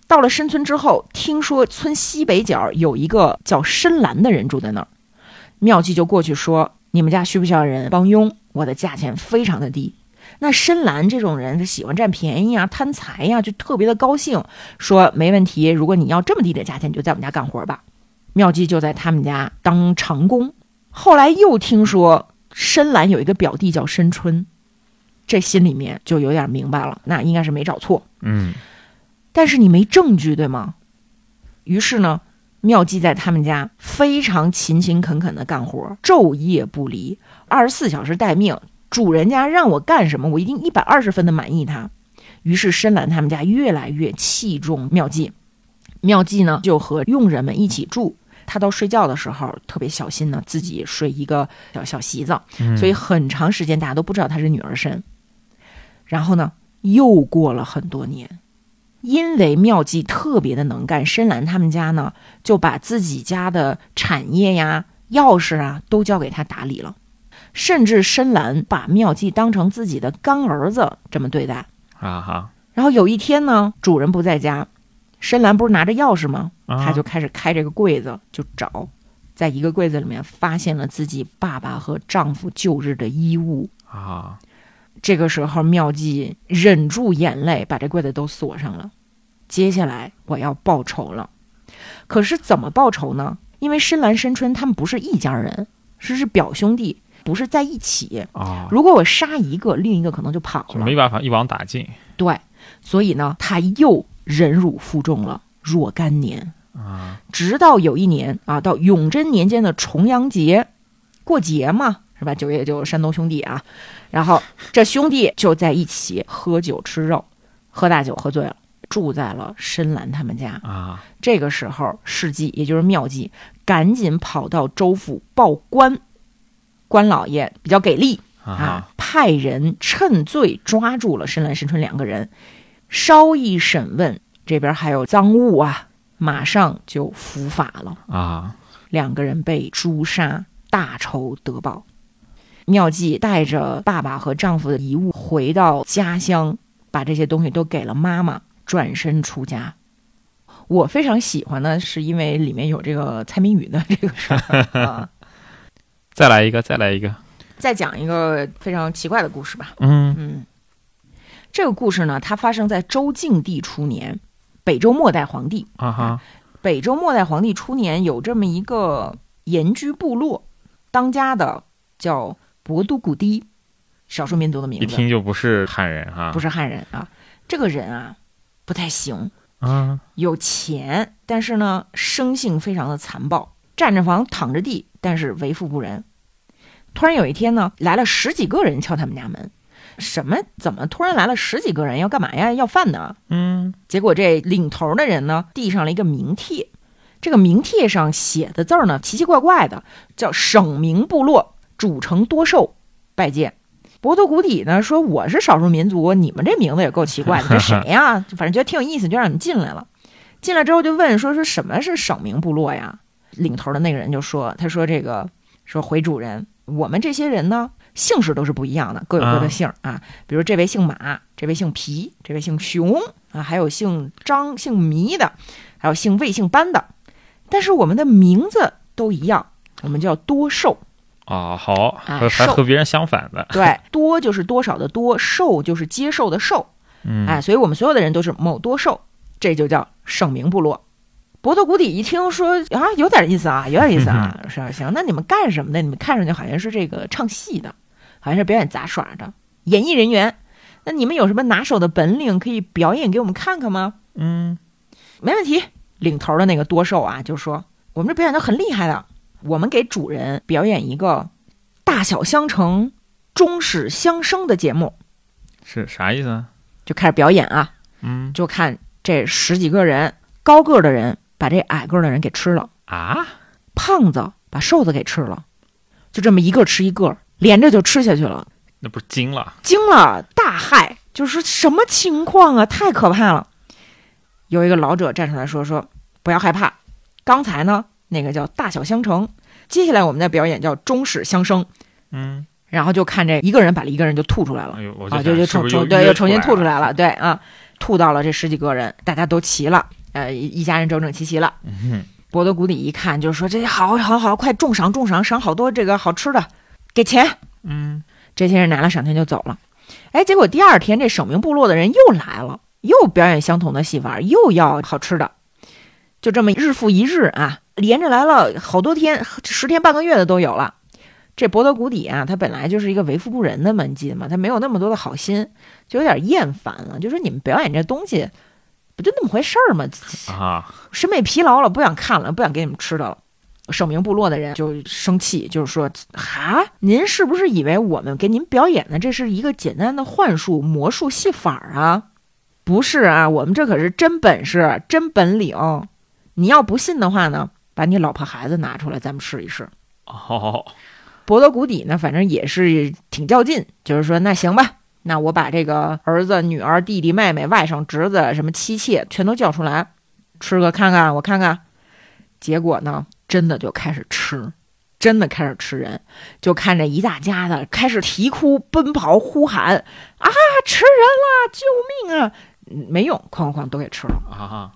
A: 到了深村之后，听说村西北角有一个叫深蓝的人住在那儿，妙计就过去说：“你们家需不需要人帮佣？我的价钱非常的低。”那深蓝这种人，他喜欢占便宜啊、贪财呀、就特别的高兴，说没问题，如果你要这么低的价钱，你就在我们家干活吧。妙计就在他们家当长工。后来又听说深蓝有一个表弟叫深春，这心里面就有点明白了，那应该是没找错。
B: 嗯，
A: 但是你没证据，对吗？于是呢，妙计在他们家非常勤勤恳恳的干活，昼夜不离，二十四小时待命。主人家让我干什么，我一定一百二十分的满意他。于是深蓝他们家越来越器重妙计，妙计呢就和佣人们一起住。他到睡觉的时候特别小心呢，自己睡一个小小席子，
B: 嗯
A: 所以很长时间大家都不知道她是女儿身。然后呢，又过了很多年，因为妙计特别的能干，深蓝他们家呢就把自己家的产业呀、钥匙啊都交给他打理了，甚至深蓝把妙计当成自己的干儿子这么对待。
B: 啊哈，
A: 然后有一天呢，主人不在家，深蓝不是拿着钥匙吗？
B: 啊
A: 他就开始开这个柜子就找，在一个柜子里面发现了自己爸爸和丈夫旧日的衣物。
B: 啊，
A: 这个时候，妙计忍住眼泪，把这柜子都锁上了。接下来我要报仇了，可是怎么报仇呢？因为深蓝、深春他们不是一家人，是是表兄弟，不是在一起。
B: 啊，
A: 如果我杀一个，另一个可能就跑
B: 就
A: 了
B: 没。办法，一网打尽
A: 对，所以呢，他又忍辱负重了若干年，
B: 啊，
A: 直到有一年啊，到永贞年间的重阳节，过节嘛，是吧？九爷就山东兄弟啊，然后这兄弟就在一起喝酒吃肉，喝大酒喝醉了，住在了深蓝他们家。
B: 啊，
A: 这个时候，世纪也就是妙计，赶紧跑到州府报官，官老爷比较给力，
B: 啊
A: 啊
B: 哈，，
A: 派人趁醉抓住了深蓝、深春两个人，稍一审问，这边还有赃物啊，马上就伏法了，
B: 啊，
A: 两个人被诛杀，大仇得报。妙计带着爸爸和丈夫的遗物回到家乡，把这些东西都给了妈妈，转身出家。我非常喜欢呢，是因为里面有这个猜谜语的这个事儿 啊。
B: 再来一个，再来一个，
A: 再讲一个非常奇怪的故事吧。
B: 嗯
A: 嗯，这个故事呢，它发生在周敬帝初年，北周末代皇帝。
B: 啊哈，
A: 北周末代皇帝初年有这么一个盐居部落，当家的叫博都古堤，少数民族的名
B: 一
A: 字，
B: 听就不是汉人哈，
A: 不
B: 是
A: 是汉人啊。这个人啊，不太行，
B: 啊，
A: 有钱，但是呢，生性非常的残暴，站着房躺着地，但是为富不仁。突然有一天呢，来了十几个人敲他们家门，什么？怎么突然来了十几个人？要干嘛呀？要饭呢？
B: 嗯
A: 结果这领头的人呢，递上了一个名帖，这个名帖上写的字儿呢，奇奇怪怪的，叫“省名部落，主城多寿，拜见”。博多古底呢说我是少数民族，你们这名字也够奇怪的，这谁呀？反正觉得挺有意思，就让你们进来了。进来之后就问说说什么是省名部落呀？领头的那个人就说，他说这个说回主人，我们这些人呢姓氏都是不一样的，各有各的
B: 啊
A: 姓儿啊。比如这位姓马，这位姓皮，这位姓熊啊，还有姓张、姓糜的，还有姓魏、姓班的。但是我们的名字都一样，我们叫多寿。
B: 啊，好，
A: 哎
B: 还还
A: 瘦
B: 和别人相反 的，
A: 对，多就是多少的多，寿就是接受的寿。
B: 嗯
A: 哎，所以我们所有的人都是某多寿，这就叫圣明部落。博多谷底一听说啊，有点意思啊，有点意思啊，说行，那你们干什么的？你们看上去好像是这个唱戏的，好像是表演杂耍的演艺人员。那你们有什么拿手的本领可以表演给我们看看吗？
B: 嗯
A: 没问题。领头的那个多寿啊，就说我们这表演都很厉害的，我们给主人表演一个大小相乘、中始相生的节目，
B: 是啥意思啊？
A: 就开始表演啊。
B: 嗯
A: 就看这十几个人，高个儿的人把这矮个儿的人给吃了，
B: 啊，
A: 胖子把瘦子给吃了，就这么一个吃一个，连着就吃下去了，
B: 那不是惊了
A: 惊了，大骇，就是什么情况啊？太可怕了！有一个老者站出来说：“说不要害怕，刚才呢那个叫大小相乘，接下来我们的表演叫中始相生。
B: 嗯，”
A: 然后就看这一个人把一个人就吐出来了
B: 哎。呦，我
A: 啊，
B: 就
A: 就
B: 想
A: 重
B: 是不
A: 重
B: 是
A: 对，
B: 又
A: 又重新吐出
B: 来
A: 来了，对啊，吐到了这十几个人，大家都齐了，呃，一一家人整整齐齐了。
B: 了，嗯
A: 博德谷底一看，就说这好好好，快重赏重赏，赏好多这个好吃的，给钱。
B: 嗯
A: 这些人拿了赏钱就走了。哎，结果第二天这省名部落的人又来了，又表演相同的戏法，又要好吃的，就这么日复一日啊，连着来了好多天，十天半个月的都有了。这博德谷底啊，他本来就是一个为富不仁的门禁嘛，他没有那么多的好心，就有点厌烦了。就说你们表演这东西，不就那么回事儿吗？
B: 啊，
A: 审美疲劳了，不想看了，不想给你们吃的了。省名部落的人就生气，就是说：“哈，您是不是以为我们给您表演的这是一个简单的幻术、魔术戏法啊？不是啊，我们这可是真本事、真本领。你要不信的话呢，把你老婆孩子拿出来，咱们试一试。”
B: 哦，
A: 博德谷底呢，反正也是挺较劲，就是说那行吧，那我把这个儿子、女儿、弟弟、妹妹、外甥、侄子、什么妻妾全都叫出来，吃个看看，我看看。结果呢，真的就开始吃，真的开始吃人，就看着一大家子开始啼哭、奔跑、呼喊啊，吃人啦！救命啊！没用，哐哐哐都给吃了。
B: 啊，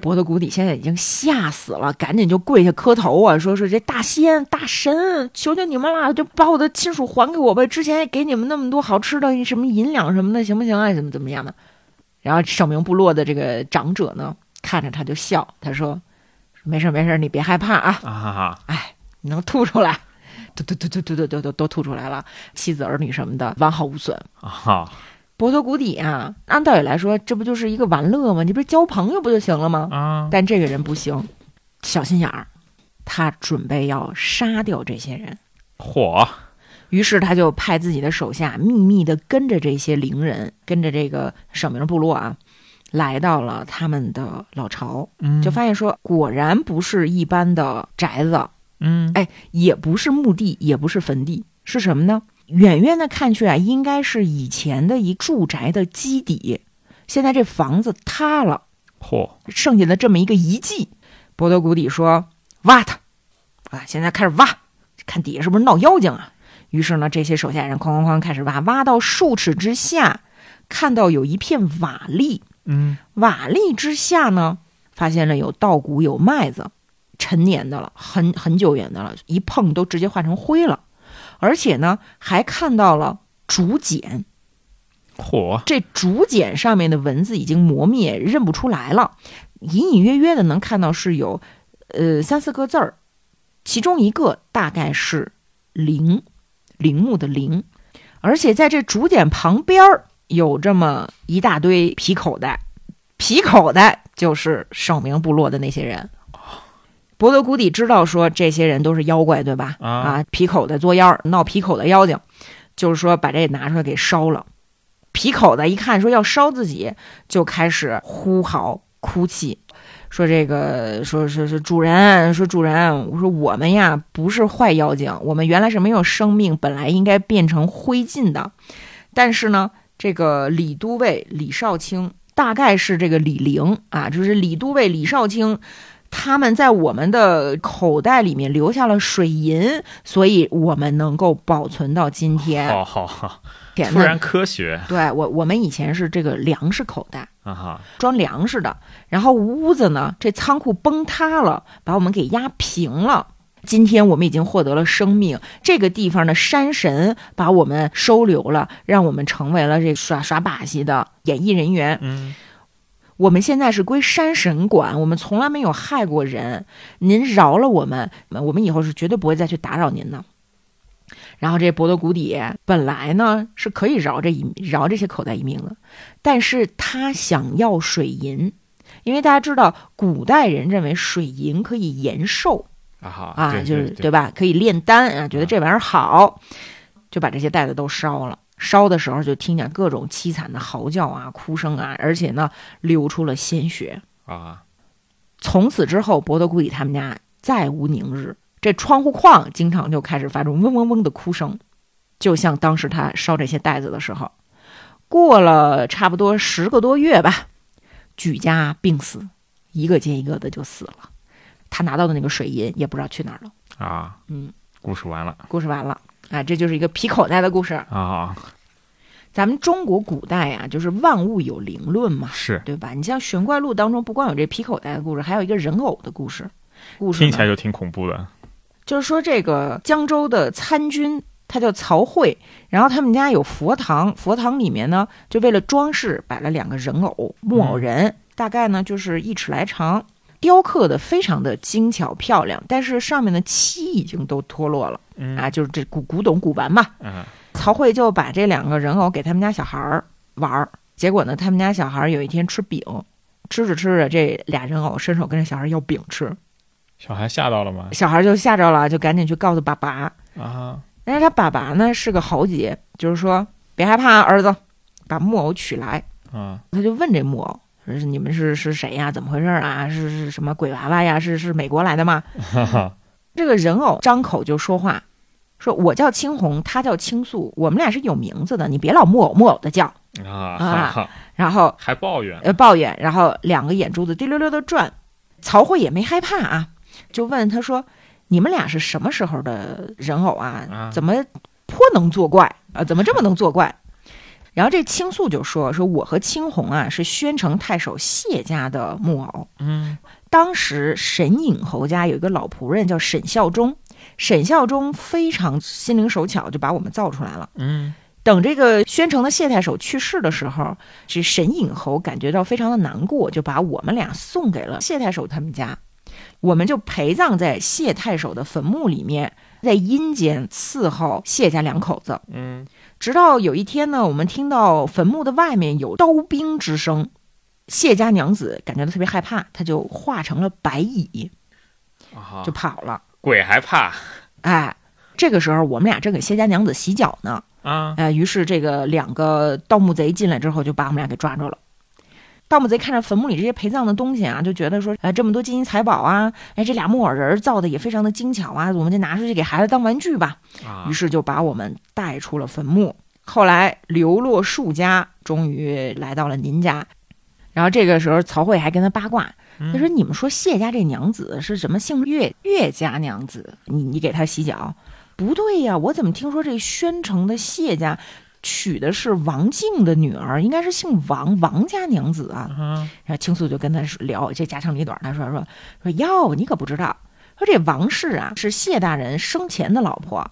A: 博德谷底现在已经吓死了，赶紧就跪下磕头啊，说是这大仙大神，求求你们啦，就把我的亲属还给我吧！之前也给你们那么多好吃的，什么银两什么的，行不行啊？怎么怎么样的？然后圣明部落的这个长者呢，看着他就笑，他说：“没事没事，你别害怕啊，
B: 啊，
A: 哎，你能吐出来，都都都都都都都都吐出来了，妻子儿女什么的完好无损。”
B: 啊，
A: 博德谷底啊，按道理来说，这不就是一个玩乐吗？你不是交朋友不就行了吗？
B: 啊，
A: 但这个人不行，小心眼儿，他准备要杀掉这些人。
B: 嚯，
A: 于是他就派自己的手下秘密的跟着这些伶人，跟着这个省名部落啊，来到了他们的老巢，
B: 嗯，
A: 就发现说，果然不是一般的宅子，
B: 嗯，
A: 哎，也不是墓地，也不是坟地，是什么呢？远远的看去啊，应该是以前的一住宅的基底，现在这房子塌了。
B: 嚯，
A: 剩下的这么一个遗迹。博德谷底说：“挖它！”啊，现在开始挖，看底下是不是闹妖精啊？于是呢，这些手下人哐哐哐开始挖，挖到数尺之下，看到有一片瓦砾，
B: 嗯，
A: 瓦砾之下呢，发现了有稻谷，有麦子，陈年的了，很很久远的了，一碰都直接化成灰了。而且呢，还看到了竹简，
B: 嚯，
A: 这竹简上面的文字已经磨灭，认不出来了，隐隐约约的能看到是有，呃，三四个字儿，其中一个大概是“陵”，陵墓的“陵”，而且在这竹简旁边儿有这么一大堆皮口袋，皮口袋就是少明部落的那些人。博德谷底知道说这些人都是妖怪，对吧？
B: 啊
A: 啊，皮口袋作妖儿，闹皮口袋妖精，就是说把这拿出来给烧了。皮口袋一看说要烧自己，就开始呼嚎哭泣，说这个说说说主人，说主人，我说我们呀不是坏妖精，我们原来是没有生命，本来应该变成灰烬的，但是呢，这个李都尉李少卿大概是这个李陵啊，就是李都尉李少卿。他们在我们的口袋里面留下了水银，所以我们能够保存到今天。
B: 哦好好好，
A: 天
B: 突
A: 呐
B: 然科学
A: 对我，我们以前是这个粮食口袋，
B: 啊哈，
A: 装粮食的。然后屋子呢，这仓库崩塌了，把我们给压平了。今天我们已经获得了生命，这个地方的山神把我们收留了，让我们成为了这耍耍把戏的演艺人员。
B: 嗯，
A: 我们现在是归山神管，我们从来没有害过人。您饶了我们，我们以后是绝对不会再去打扰您的。然后这博德谷底本来呢是可以饶这一饶这些口袋一命的，但是他想要水银，因为大家知道古代人认为水银可以延寿
B: 啊哈，
A: 啊，
B: 对
A: 就是
B: 对，
A: 吧？可以炼丹啊，觉得这玩意儿好，就把这些袋子都烧了。烧的时候就听见各种凄惨的嚎叫啊、哭声啊，而且呢流出了鲜血。
B: 啊，
A: 从此之后，博德古里他们家再无宁日。这窗户框经常就开始发出嗡嗡嗡的哭声，就像当时他烧这些袋子的时候。过了差不多十个多月吧，举家病死，一个接一个的就死了。他拿到的那个水银也不知道去哪儿了。
B: 啊，
A: 嗯，
B: 故事完了
A: 故事完了啊，这就是一个皮口袋的故事。
B: 啊，
A: 咱们中国古代啊，就是万物有灵论嘛，
B: 是
A: 对吧？你像《玄怪录》当中，不光有这皮口袋的故事，还有一个人偶的故事。故事呢啊
B: 听起来就挺恐怖的
A: 就是说，这个江州的参军她叫曹慧。然后他们家有佛堂，佛堂里面呢，就为了装饰摆了两个人偶木偶人，大概呢就是一尺来长，雕刻的非常的精巧漂亮，但是上面的漆已经都脱落了
B: 嗯
A: 啊，就是这古古董古玩吧。
B: 啊
A: 曹慧就把这两个人偶给他们家小孩儿玩儿，结果呢，他们家小孩儿有一天吃饼，吃着吃着，这俩人偶伸手跟这小孩儿要饼吃，
B: 小孩吓到了吗？
A: 小孩儿就吓着了，就赶紧去告诉爸爸。
B: 啊，
A: 但是他爸爸呢是个豪杰，就是说别害怕啊，儿子，把木偶取来。
B: 啊，
A: 他就问这木偶。说是你们是是谁呀？怎么回事啊？是是什么鬼娃娃呀？是是美国来的吗？
B: 哈哈，
A: 这个人偶张口就说话，说我叫青红，他叫青素，我们俩是有名字的，你别老木偶木偶的叫。
B: 啊，
A: 啊
B: 哈哈
A: 然后
B: 还抱怨
A: 呃抱怨，然后两个眼珠子滴溜溜的转。曹慧也没害怕啊，就问他说：“你们俩是什么时候的人偶啊
B: 啊？
A: 怎么颇能作怪啊？怎么这么能作怪？”然后这青素就说：“说我和青红啊是宣城太守谢家的木偶，
B: 嗯
A: 当时沈尹侯家有一个老仆人叫沈孝忠，沈孝忠非常心灵手巧，就把我们造出来了。”
B: 嗯
A: 等这个宣城的谢太守去世的时候，这沈尹侯感觉到非常的难过，就把我们俩送给了谢太守他们家，我们就陪葬在谢太守的坟墓里面，在阴间伺候谢家两口子。
B: 嗯，
A: 直到有一天呢，我们听到坟墓的外面有刀兵之声，谢家娘子感觉到特别害怕，她就化成了白蚁
B: 啊
A: 就，跑了。
B: 鬼还怕
A: 哎，这个时候我们俩正给谢家娘子洗脚呢，
B: 啊？
A: 呃，于是这个两个盗墓贼进来之后，就把我们俩给抓住了。盗墓贼看着坟墓里这些陪葬的东西啊，就觉得说，呃，这么多金银财宝啊，哎，这俩木偶人儿造的也非常的精巧啊，我们就拿出去给孩子当玩具吧。
B: 啊
A: 于，是就把我们带出了坟墓。后来流落树家，终于来到了您家。然后这个时候，曹慧还跟他八卦，他说：“你们说谢家这娘子是什么姓岳岳家娘子？你你给她洗脚，不对呀？我怎么听说这宣城的谢家娶的是王静的女儿，应该是姓王王家娘子啊？”
B: 啊
A: 然后青素就跟他说聊这家长里短儿，他说说说哟，你可不知道，说这王氏啊是谢大人生前的老婆，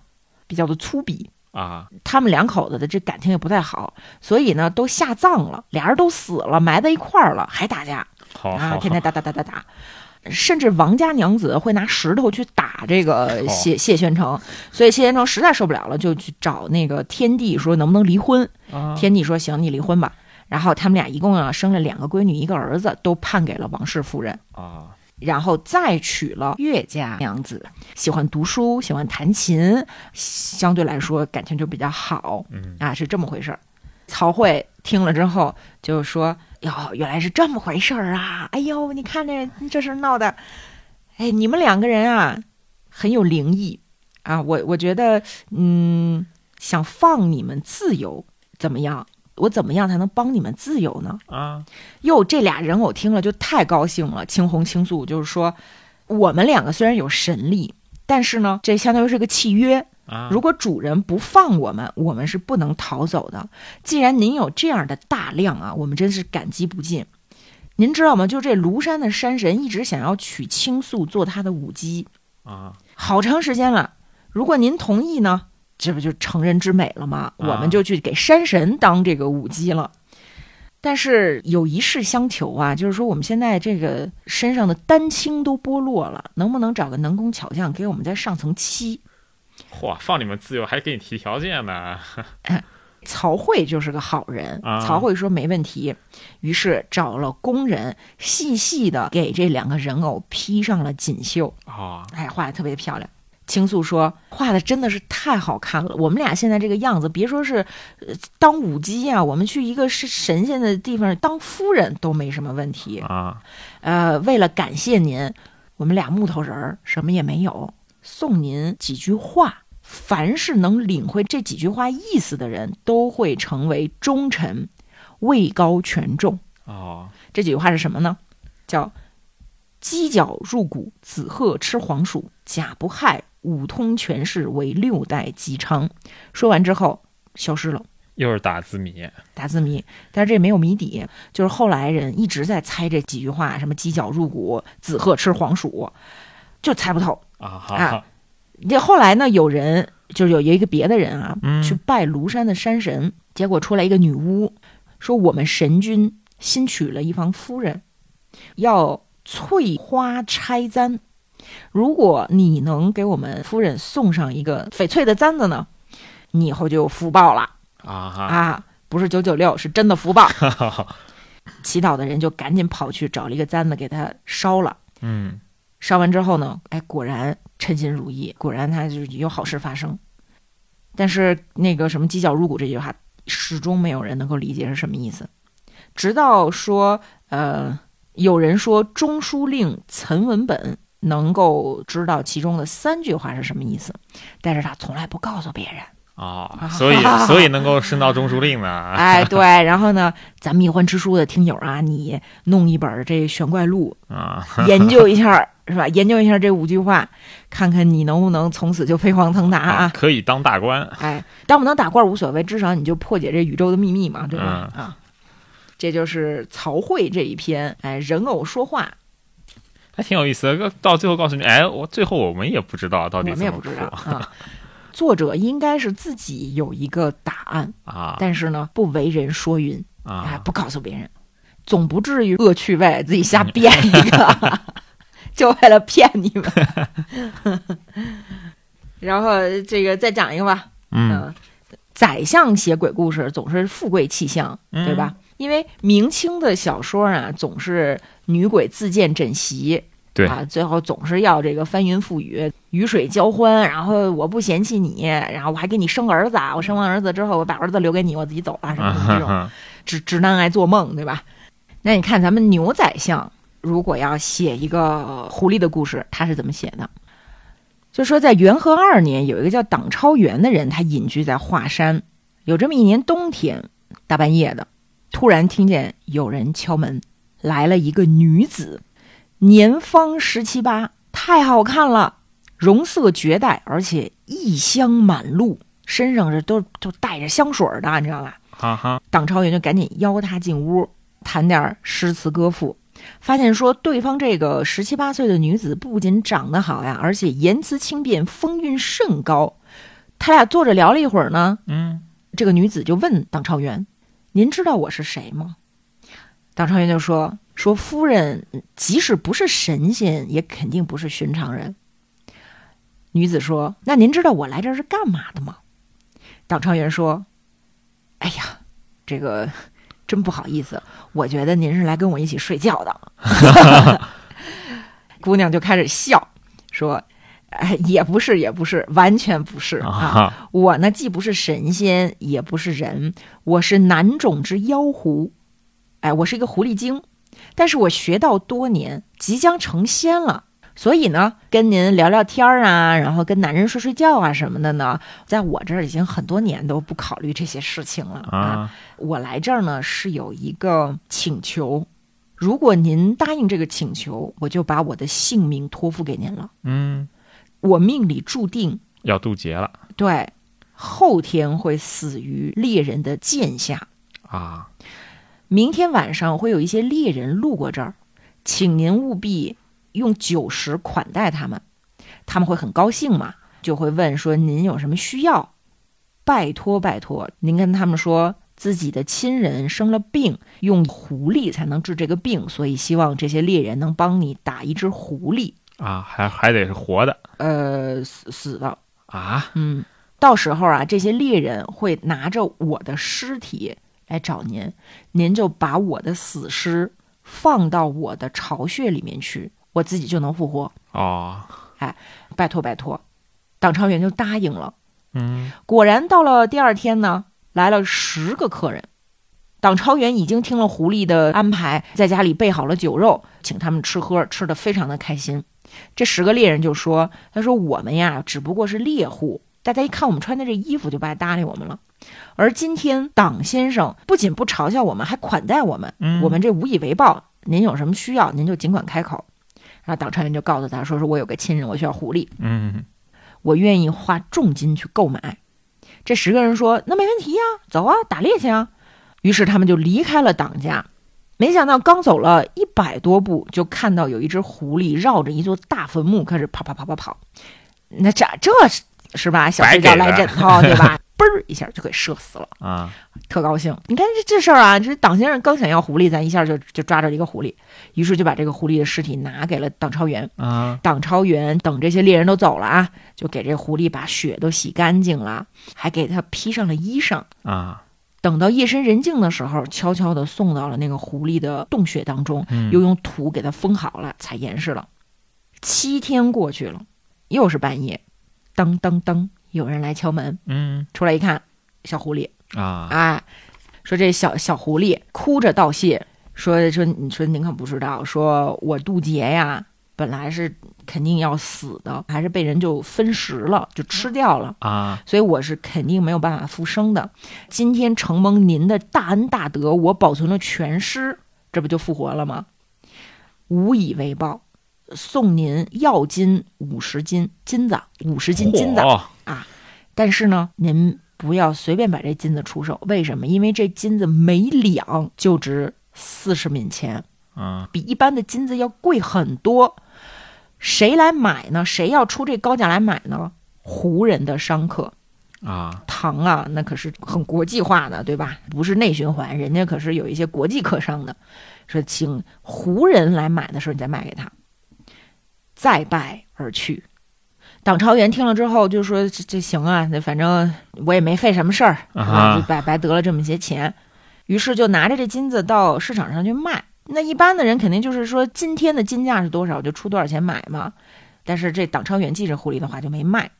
A: 比较的粗鄙，
B: 啊
A: 他们两口子的这感情也不太好，所以呢都下葬了，俩人都死了，埋在一块儿了，还打架
B: 好
A: 啊，
B: 哦好
A: 天天打打打打打。甚至王家娘子会拿石头去打这个
B: 哦
A: 谢谢宣城，所以谢宣城实在受不了了，就去找那个天帝说能不能离婚。
B: 啊
A: 天帝说：“行，你离婚吧。”然后他们俩一共啊生了两个闺女，一个儿子，都判给了王氏夫人。
B: 啊
A: 然后再娶了岳家娘子，喜欢读书，喜欢弹琴，相对来说感情就比较好
B: 嗯
A: 啊，是这么回事儿。曹慧听了之后就说：“哟，原来是这么回事儿啊！哎呦，你看这这事儿闹的，哎，你们两个人啊，很有灵异啊，我我觉得，嗯，想放你们自由，怎么样？我怎么样才能帮你们自由呢？
B: 啊
A: 哟，这俩人偶听了就太高兴了。青红青素就是说，我们两个虽然有神力，但是呢，这相当于是个契约。
B: 啊！
A: 如果主人不放我们，我们是不能逃走的。既然您有这样的大量啊，我们真是感激不尽。您知道吗？就这庐山的山神一直想要娶青素做他的舞姬，
B: 啊
A: 好长时间了。如果您同意呢，这不就成人之美了吗？
B: 啊
A: 我们就去给山神当这个舞姬了。但是有一事相求啊，就是说我们现在这个身上的丹青都剥落了，能不能找个能工巧匠给我们再上层漆？
B: 嚯，放你们自由还给你提条件呢
A: 曹刿就是个好人，
B: 啊
A: 曹刿说没问题，于是找了工人细细的给这两个人偶披上了锦绣，
B: 啊！
A: 哎，画的特别漂亮。青素说画的真的是太好看了，我们俩现在这个样子，别说是、呃、当舞姬啊，我们去一个是神仙的地方当夫人都没什么问题。
B: 啊
A: 呃，为了感谢您，我们俩木头人儿什么也没有，送您几句话。凡是能领会这几句话意思的人，都会成为忠臣，位高权重。
B: 哦
A: 这几句话是什么呢？叫“鸡脚入骨，子鹤吃黄鼠，甲不害，五通全氏为六代姬昌”。说完之后消失了，
B: 又是打字谜
A: 打字谜。但是这没有谜底，就是后来人一直在猜这几句话，什么“鸡脚入骨，子鹤吃黄鼠”，就猜不透。
B: 啊！
A: 啊这后来呢，有人就是有有一个别的人啊，
B: 嗯
A: 去拜庐山的山神，结果出来一个女巫，说我们神君新娶了一房夫人，要翠花拆簪。如果你能给我们夫人送上一个翡翠的簪子呢，你以后就有福报了
B: 啊哈，
A: 啊！不是九九六，是真的福报。祈祷的人就赶紧跑去找了一个簪子给他烧了。
B: 嗯
A: 烧完之后呢，哎，果然称心如意，果然他就是有好事发生。但是那个什么“鸡脚入骨”这句话，始终没有人能够理解是什么意思。直到说，呃，有人说《中书令》岑文本能够知道其中的三句话是什么意思，但是他从来不告诉别人。
B: 啊，所以所以能够升到中书令呢，
A: 哎，对，然后呢，咱们一欢吃书的听友啊，你弄一本这《玄怪录》，
B: 啊，
A: 研究一下儿，是吧？研究一下儿这五句话，看看你能不能从此就飞黄腾达啊！
B: 可以当大官，
A: 哎，当不能打怪无所谓，至少你就破解这宇宙的秘密嘛，对吧？
B: 嗯
A: 啊，这就是曹刿这一篇，哎，人偶说话，
B: 还挺有意思的。到最后告诉你，哎，我最后我们也不知道到
A: 我
B: 底
A: 们
B: 怎
A: 也
B: 么
A: 不知
B: 出
A: 道啊。作者应该是自己有一个答案，
B: 啊
A: 但是呢，不为人说云，哎
B: 啊，，
A: 不告诉别人，总不至于恶趣味，自己瞎编一 个， 就为了骗你们。 然后这个再讲一个吧，
B: 嗯，
A: 宰相写鬼故事总是富贵气象，
B: 嗯
A: 呃对吧？因为明清的小说啊，总是女鬼自荐枕席，
B: 对
A: 啊，最后总是要这个翻云覆雨、雨水交欢，然后我不嫌弃你，然后我还给你生儿子啊，我生完儿子之后，我把儿子留给你，我自己走了，什么
B: 啊
A: 什么这
B: 哈
A: 种。
B: 哈，
A: 直直男癌做梦，对吧？那你看咱们牛宰相，如果要写一个狐狸的故事，他是怎么写的？就说在元和二年，有一个叫党超元的人，他隐居在华山。有这么一年冬天，大半夜的，突然听见有人敲门，来了一个女子，年方十七八，太好看了，容色绝代，而且异香满路，身上是都都带着香水儿的，你知道吧？
B: 哈哈，
A: 党超元就赶紧邀他进屋，谈点儿诗词歌赋。发现说，对方这个十七八岁的女子不仅长得好呀，而且言辞轻便，风韵甚高。他俩坐着聊了一会儿呢，
B: 嗯
A: 这个女子就问党超元：“您知道我是谁吗？”党超元就说：“说夫人即使不是神仙，也肯定不是寻常人。”女子说：“那您知道我来这儿是干嘛的吗？”党超元说：“哎呀，这个真不好意思，我觉得您是来跟我一起睡觉的。” 姑娘就开始笑，说：“哎，也不是，也不是，完全不是
B: 啊
A: 啊。”
B: 哈，
A: 我呢，既不是神仙，也不是人，我是南种之妖狐，哎，我是一个狐狸精，但是我学道多年，即将成仙了。所以呢，跟您聊聊天儿啊，然后跟男人睡睡觉啊什么的呢，在我这儿已经很多年都不考虑这些事情了啊。
B: 啊
A: 我来这儿呢是有一个请求，如果您答应这个请求，我就把我的性命托付给您了。
B: 嗯，
A: 我命里注定
B: 要渡劫了
A: 对，后天会死于猎人的剑下。
B: 啊，
A: 明天晚上会有一些猎人路过这儿，请您务必用酒食款待他们，他们会很高兴嘛，就会问说您有什么需要？拜托拜托，您跟他们说自己的亲人生了病，用狐狸才能治这个病，所以希望这些猎人能帮你打一只狐狸，
B: 啊，还还得是活的
A: 呃，死死了。
B: 啊，
A: 嗯，到时候啊，这些猎人会拿着我的尸体来找您，您就把我的死尸放到我的巢穴里面去，我自己就能复活。
B: 哦，
A: 拜托拜托，党超元就答应了。
B: 嗯
A: 果然到了第二天呢，来了十个客人。党超元已经听了狐狸的安排，在家里备好了酒肉，请他们吃喝，吃的非常的开心。这十个猎人就说：“他说我们呀，只不过是猎户，大家一看我们穿的这衣服，就不爱搭理我们了。而今天党先生不仅不嘲笑我们，还款待我们，
B: 嗯，
A: 我们这无以为报。您有什么需要，您就尽管开口。”然后党超元就告诉他说：“说我有个亲人，我需要狐狸。”
B: 嗯
A: 我愿意花重金去购买。这十个人说：“那没问题呀、走啊，打猎去啊！”于是他们就离开了党家。没想到刚走了一百多步，就看到有一只狐狸绕着一座大坟墓开始跑跑跑跑跑。那这这是吧？小
B: 白
A: 睡觉
B: 给
A: 赖
B: 的
A: 枕头，对吧？ 嘣儿一下就给射死了。
B: 啊，
A: 特高兴。你看这这事儿啊，这党先生刚想要狐狸，咱一下就就抓着了一个狐狸，于是就把这个狐狸的尸体拿给了党超元。
B: 啊，
A: 党超元等这些猎人都走了啊，就给这狐狸把血都洗干净了，还给他披上了衣裳。
B: 啊，
A: 等到夜深人静的时候，悄悄地送到了那个狐狸的洞穴当中，
B: 嗯
A: 又用土给它封好了，才严实了。七天过去了，又是半夜，当当当，有人来敲门，
B: 嗯
A: 出来一看，小狐狸，
B: 啊，
A: 哎，说这小小狐狸哭着道谢，说说你说您可不知道，说我渡劫呀，本来是肯定要死的，还是被人就分食了，就吃掉了。
B: 啊，
A: 所以我是肯定没有办法复生的。今天承蒙您的大恩大德，我保存了全尸，这不就复活了吗？无以为报，送您药金五十斤金子，五十斤金子。
B: 嚯
A: 但是呢，您不要随便把这金子出手。为什么？因为这金子每两就值四十冥钱，
B: 啊，
A: 比一般的金子要贵很多。谁来买呢？谁要出这高价来买呢？胡人的商客。
B: 啊，
A: 糖啊，那可是很国际化的，对吧？不是内循环，人家可是有一些国际客商的。说请胡人来买的时候，你再卖给他，再拜而去。党朝元听了之后就说：“这这行啊，那反正我也没费什么事儿，
B: 啊
A: 是吧就白白得了这么些钱。”于是就拿着这金子到市场上去卖。那一般的人肯定就是说，今天的金价是多少，就出多少钱买嘛。但是这党超远记着狐狸的话就没卖。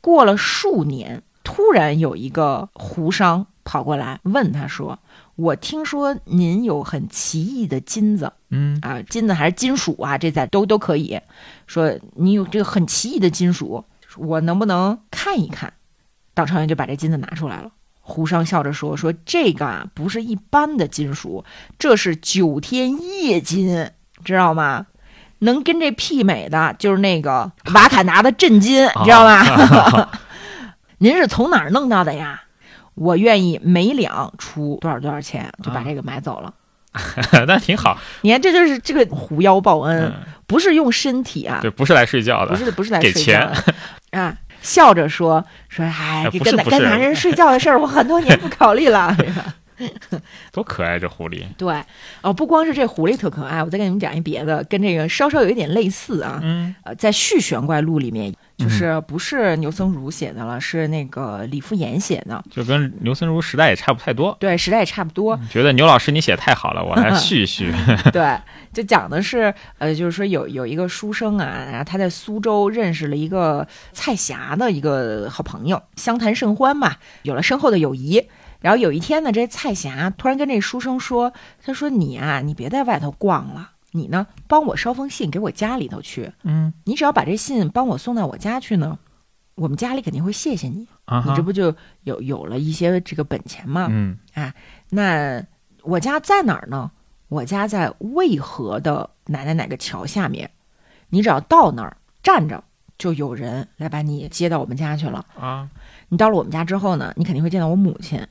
A: 过了数年，突然有一个胡商跑过来问他说：“我听说您有很奇异的金子
B: 嗯
A: 啊，金子还是金属啊，这在都都可以。说你有这个很奇异的金属，我能不能看一看？”党超远就把这金子拿出来了。胡商笑着说：“说这个啊，不是一般的金属，这是九天夜金，知道吗？能跟这媲美的就是那个瓦坎达的震金，你知道吗？ 您是从哪儿弄到的呀？我愿意每两出多少多少钱，就把这个买走了。
B: 那挺好，
A: 你看，这就是这个狐妖报恩，
B: 嗯，
A: 不是用身体啊，
B: 对，不是来睡觉
A: 不
B: 的，
A: 是不是来
B: 给
A: 睡觉的 啊。笑着说说，哎
B: 哎，
A: 这
B: 不是
A: 跟
B: 不
A: 跟
B: 是
A: 男人睡觉的事儿，我很多年不考虑 了。 是吧
B: 多可爱这狐狸，
A: 对，哦，不光是这狐狸特可爱，我再给你们讲一别的，跟这个稍稍有一点类似啊。
B: 嗯
A: 呃，在《续玄怪录》里面，就
B: 嗯
A: 是不是牛僧孺写的了，是那个李复言写的。
B: 就跟牛森如时代也差不太多。
A: 对，时代也差不多。
B: 觉得牛老师你写太好了，我来续一续。
A: 对，就讲的是，呃，就是说有有一个书生啊，然后他在苏州认识了一个蔡霞的一个好朋友，相谈甚欢嘛，有了深厚的友谊。然后有一天呢，这蔡霞突然跟这书生说：“他说你啊，你别在外头逛了，你呢帮我捎封信给我家里头去，
B: 嗯
A: 你只要把这信帮我送到我家去呢，我们家里肯定会谢谢你，
B: 啊哈，
A: 你这不就有有了一些这个本钱吗？”
B: 嗯
A: 那我家在哪儿呢？我家在渭河的哪哪哪个桥下面。你只要到那儿站着，就有人来把你接到我们家去了。
B: 啊
A: 你到了我们家之后呢，你肯定会见到我母亲。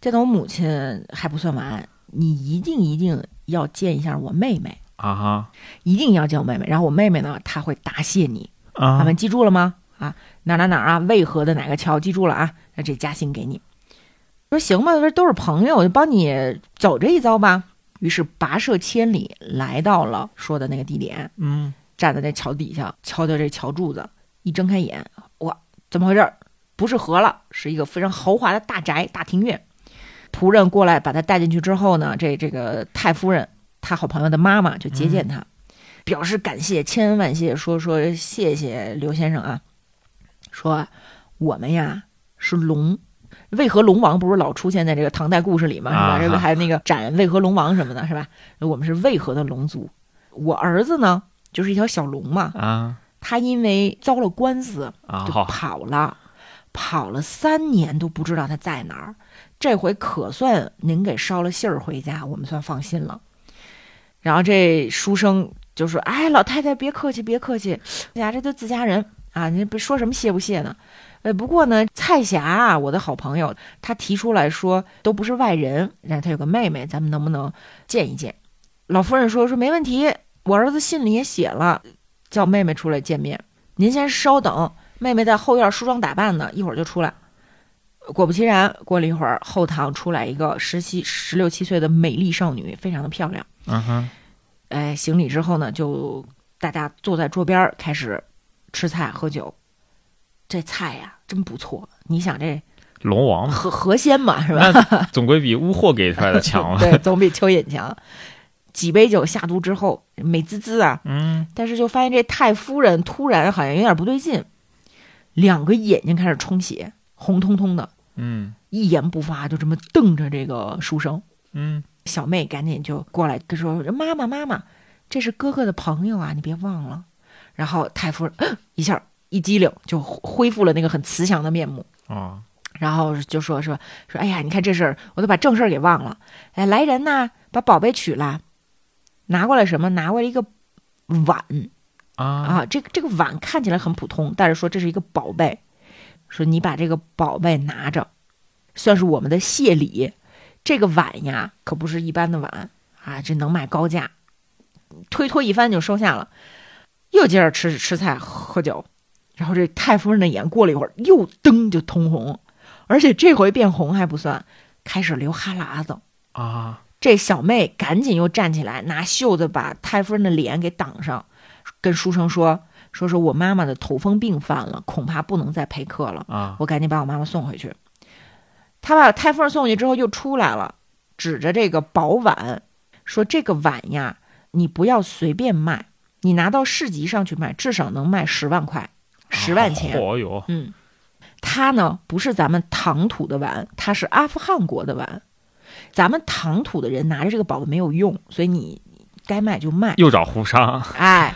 A: 见到我母亲还不算完，你一定一定要见一下我妹妹，
B: 啊哈
A: 一定要见我妹妹。然后我妹妹呢，她会答谢你。俺
B: 啊
A: 们记住了吗？啊，哪哪哪儿啊，渭河的哪个桥，记住了啊，那这嘉兴给你。说行吧，说都是朋友，我就帮你走这一遭吧。于是跋涉千里来到了说的那个地点，
B: 嗯
A: 站在那桥底下，敲敲这桥柱子，一睁开眼，哇，怎么回事儿？不是河了，是一个非常豪华的大宅大庭院。仆人过来把他带进去之后呢，这这个太夫人，她好朋友的妈妈就接见他，表示感谢，千恩万谢，说说谢谢刘先生啊，说我们呀是龙。为何龙王不是老出现在这个唐代故事里吗？是吧？
B: 啊
A: 这不
B: 哈
A: 还有那个斩渭河龙王什么的，是吧？我们是渭河的龙族。我儿子呢，就是一条小龙嘛，
B: 啊
A: 他因为遭了官司
B: 啊
A: 就
B: 好
A: 跑了，跑了三年都不知道他在哪儿。这回可算您给捎了信儿回家，我们算放心了。然后这书生就说：“哎，老太太别客气，别客气，呀，这都自家人啊，您别说什么谢不谢呢。”呃，不过呢，蔡霞啊，我的好朋友，她提出来说都不是外人，然后她有个妹妹，咱们能不能见一见？老夫人说说没问题，我儿子信里也写了，叫妹妹出来见面。您先稍等，妹妹在后院梳妆打扮呢，一会儿就出来。果不其然，过了一会儿，后堂出来一个十七、十六七岁的美丽少女，非常的漂亮。
B: 嗯哼，
A: 哎，行礼之后呢，就大家坐在桌边儿开始吃菜喝酒。这菜呀，真不错。你想这
B: 龙王嘛，
A: 河河鲜嘛，是吧？
B: 那总归比乌货给出来的强啊了。
A: 啊 对，总比蚯蚓强。几杯酒下肚之后，美滋滋啊！
B: 嗯，
A: 但是就发现这太夫人突然好像有点不对劲，两个眼睛开始充血，红彤彤的，
B: 嗯
A: 一言不发，就这么瞪着这个书生。
B: 嗯，
A: 小妹赶紧就过来跟说：“妈妈，妈妈，这是哥哥的朋友啊，你别忘了。”然后太夫人呃一下一激灵，就恢复了那个很慈祥的面目。
B: 哦，
A: 然后就说说说，哎呀，你看这事儿，我都把正事儿给忘了。哎，来人呐，把宝贝取来，拿过来什么？拿过来一个碗
B: 啊，
A: 啊，这个这个碗看起来很普通，但是说这是一个宝贝，说你把这个宝贝拿着，算是我们的谢礼。这个碗呀，可不是一般的碗啊，这能卖高价。推脱一番就收下了，又接着吃吃菜喝酒，然后这太夫人的眼过了一会儿又噔就通红，而且这回变红还不算，开始流哈喇子。
B: 啊，
A: 这小妹赶紧又站起来，拿袖子把太夫人的脸给挡上，跟书生说：“说说我妈妈的头风病犯了，恐怕不能再陪客了，
B: 啊，
A: 我赶紧把我妈妈送回去。”他把太夫人送回去之后，又出来了，指着这个宝碗说：“这个碗呀，你不要随便卖，你拿到市集上去卖，至少能卖十万块，十万钱。
B: 哦哟，
A: 嗯，它呢不是咱们唐土的碗，它是阿富汗国的碗。咱们唐土的人拿着这个宝贝没有用，所以你该卖就卖。
B: 又找胡商，
A: 哎，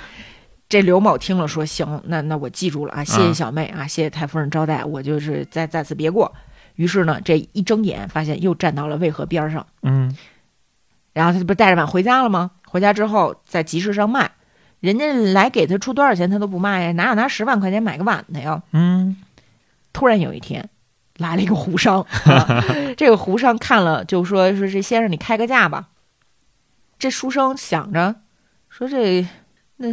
A: 这刘某听了说行，那那我记住了啊，谢谢
B: 嗯
A: 小妹啊，谢谢太夫人招待，我就是再再次别过。于是呢，这一睁眼发现又站到了渭河边上，
B: 嗯，
A: 然后他不是带着碗回家了吗？回家之后在集市上卖，人家来给他出多少钱他都不卖呀，哪有拿十万块钱买个碗的呀？
B: 嗯，
A: 突然有一天，来了一个胡商，啊、这个胡商看了就说：“说这先生，你开个价吧。”这书生想着说这：“那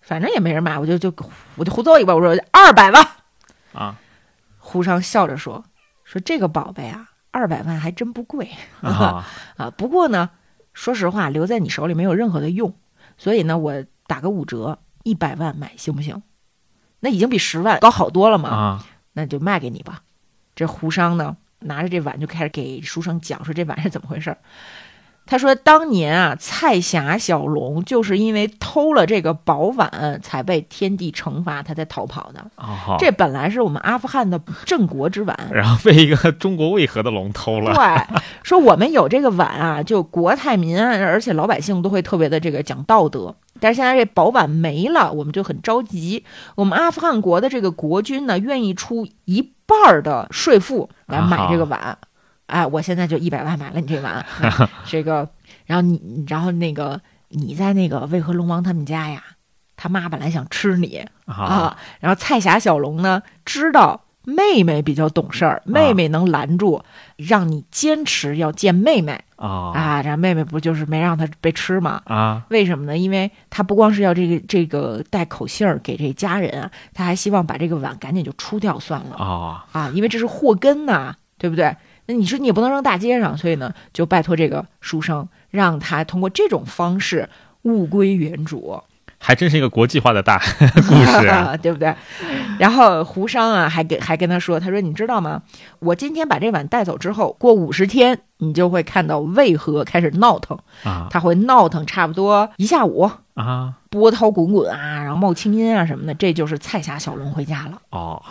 A: 反正也没人买，我就就我就胡诌一把，我说二百万。
B: 啊，”
A: 胡商笑着说：“说这个宝贝啊，二百万还真不贵
B: 啊，
A: 啊。不过呢，说实话，留在你手里没有任何的用，所以呢，我打个五折，一百万买行不行？那已经比十万高好多了嘛。
B: 啊，
A: 那就卖给你吧。这胡商呢，拿着这碗就开始给书生讲说这碗是怎么回事儿。他说，当年啊，蔡霞小龙就是因为偷了这个宝碗，才被天帝惩罚，他才逃跑的。
B: 啊，好
A: 这本来是我们阿富汗的镇国之碗。
B: 然后被一个中国渭河的龙偷了，
A: 对，说我们有这个碗啊，就国泰民安，而且老百姓都会特别的这个讲道德。但是现在这宝碗没了，我们就很着急。我们阿富汗国的这个国军呢，愿意出一半儿的税负来买这个碗。哎，我现在就一百万买了你这碗，啊这个，然后你，然后那个你在那个渭河龙王他们家呀，他妈本来想吃你，
B: 啊
A: 啊，然后蔡霞小龙呢，知道妹妹比较懂事
B: 啊
A: 儿，妹妹能拦住，让你坚持要见妹妹
B: 啊
A: 啊。然后妹妹不就是没让她被吃吗？
B: 啊
A: 为什么呢？因为她不光是要这个这个带口信儿给这家人啊，她还希望把这个碗赶紧就出掉算了
B: 啊！
A: 啊，因为这是祸根呐、对不对？那你说你也不能扔大街上，所以呢，就拜托这个书生，让他通过这种方式物归原主。
B: 还真是一个国际化的大 故事啊！
A: 对不对？然后胡商啊，还给还跟他说，他说你知道吗？我今天把这碗带走之后，过五十天你就会看到渭河开始闹腾，
B: 啊
A: 它会闹腾差不多一下午，
B: 啊
A: 波涛滚滚啊，然后冒青烟啊什么的，这就是蔡霞小龙回家了。
B: 哦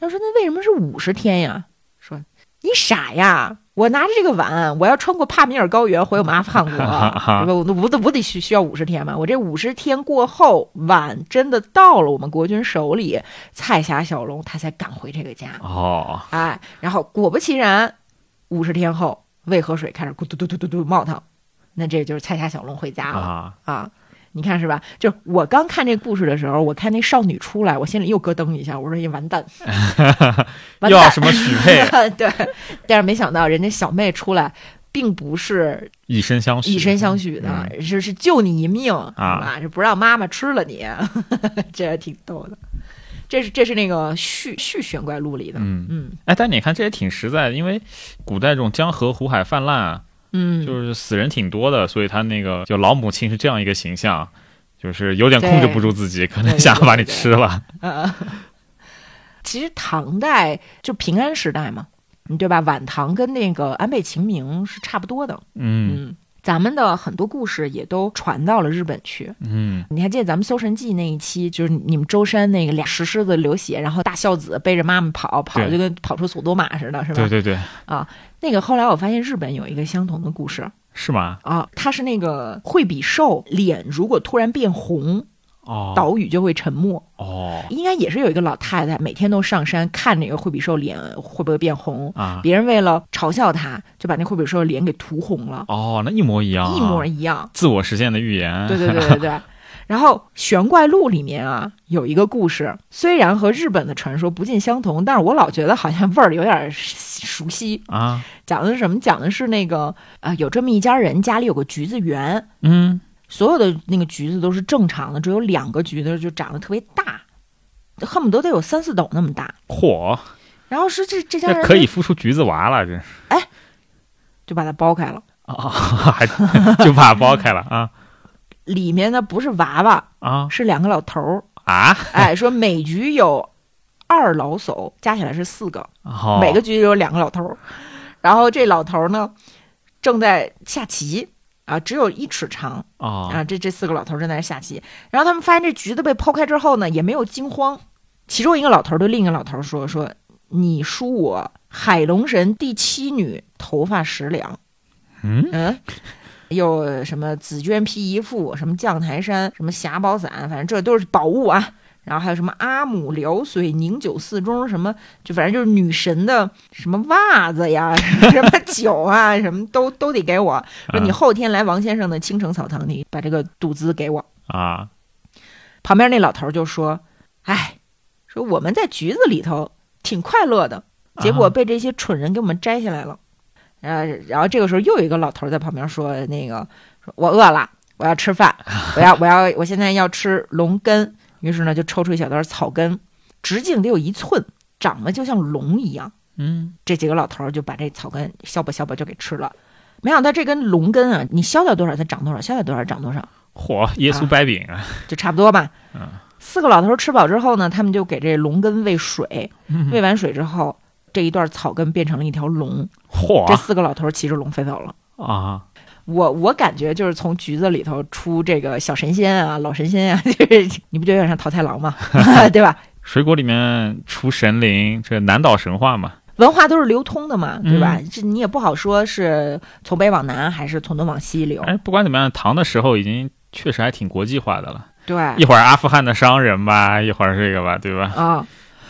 A: 他说那为什么是五十天呀？说你傻呀！我拿着这个碗，我要穿过帕米尔高原回我们阿富汗国，是吧我我得我得需需要五十天嘛。我这五十天过后，碗真的到了我们国军手里，蔡霞小龙他才敢回这个家。
B: 哦
A: 哎，然后果不其然，五十天后，渭河水开始咕嘟嘟嘟嘟嘟冒腾，那这就是蔡霞小龙回家了。
B: 啊
A: 啊，你看是吧？就是我刚看这故事的时候，我看那少女出来，我心里又咯噔一下，我说也完 蛋，
B: 又
A: 完
B: 要
A: 蛋，
B: 什么许配，
A: 对。但是没想到人家小妹出来，并不是
B: 以身相 许，
A: 以身相许的，是是救你一命
B: 嗯啊
A: 是吧？是不让妈妈吃了你，这还挺逗的。这是这是那个续续《玄怪录》里的，
B: 嗯，
A: 嗯
B: 哎，但你看这也挺实在的，因为古代这种江河湖海泛滥啊，
A: 嗯，
B: 就是死人挺多的，所以他那个就老母亲是这样一个形象，就是有点控制不住自己，可能想要把你吃了。
A: 呃， 其实唐代就平安时代嘛，嗯对吧？晚唐跟那个安倍晴明是差不多的，
B: 嗯
A: 嗯，咱们的很多故事也都传到了日本去。
B: 嗯
A: 你还记得咱们《搜神记》那一期，就是你们舟山那个俩石狮子流血，然后大孝子背着妈妈跑，跑
B: 对
A: 就跟跑出索多玛似的，是吧？
B: 对对对，
A: 那个后来我发现日本有一个相同的故事
B: 是吗？
A: 啊，它是那个惠比寿脸如果突然变红，
B: 哦
A: 岛屿就会沉没。
B: 哦
A: 应该也是有一个老太太每天都上山看那个惠比寿脸会不会变红，
B: 啊
A: 别人为了嘲笑她，就把那惠比寿的脸给涂红了，
B: 哦，那一模一样、啊，
A: 一模一样。
B: 自我实现的预言。
A: 对对对对对。然后《玄怪录》里面啊有一个故事，虽然和日本的传说不尽相同，但是我老觉得好像味儿有点熟悉。
B: 啊，
A: 讲的是什么？讲的是那个呃，有这么一家人，家里有个橘子园，
B: 嗯，
A: 所有的那个橘子都是正常的，只有两个橘子就长得特别大，恨不得得有三四斗那么大。
B: 嚯，
A: 然后说这这家
B: 这
A: 人
B: 可以孵出橘子娃了，这是
A: 就把它剥开了，
B: 啊， 还就把它剥开了啊
A: 里面呢不是娃娃，
B: 啊
A: 是两个老头 儿。
B: 啊！
A: 哎，说每局有二老叟，加起来是四个，
B: 哦，
A: 每个局有两个老头儿。然后这老头儿呢正在下棋啊，只有一尺长
B: 哦
A: 啊，这这四个老头儿正在那下棋。然后他们发现这局子被剖开之后呢，也没有惊慌。其中一个老头儿对另一个老头儿说：“说你输我海龙神第七女头发十两。”
B: 嗯
A: 嗯，有什么紫鹃披衣赋，什么将台山，什么霞宝伞，反正这都是宝物啊。然后还有什么阿姆辽水宁九四钟，什么就反正就是女神的什么袜子呀，什么酒啊，什么都都得给我。说
B: 啊
A: 你后天来王先生的青城草堂里把这个赌资给我。
B: 啊
A: 旁边那老头就说：“哎，说我们在局子里头挺快乐的，结果被这些蠢人给我们摘下来了。呃，然后这个时候又有一个老头在旁边说：“那个，说我饿了，我要吃饭，我要我要我现在要吃龙根。”于是呢，就抽出一小袋草根，直径得有一寸，长得就像龙一样。
B: 嗯
A: 这几个老头儿就把这草根削吧削吧就给吃了。没想到这根龙根啊，你削掉多少它长多少，削掉多少长多少。
B: 嚯，耶稣掰饼啊！
A: 就差不多吧。
B: 嗯
A: 四个老头吃饱之后呢，他们就给这龙根喂水，
B: 嗯
A: 喂完水之后，这一段草根变成了一条龙。这
B: 嚯
A: 四个老头骑着龙飞走了。
B: 啊！
A: 我我感觉就是从橘子里头出这个小神仙啊、老神仙啊， 就是你不觉得有点像桃太郎吗？ 对吧？
B: 水果里面出神灵，这南岛神话嘛，
A: 文化都是流通的嘛，对
B: 嗯
A: 吧？这你也不好说是从北往南还是从东往西流，
B: 哎，不管怎么样，唐的时候已经确实还挺国际化的了。
A: 对啊
B: 一、会儿阿富汗的商人吧，一会儿这个吧，对吧？
A: 哦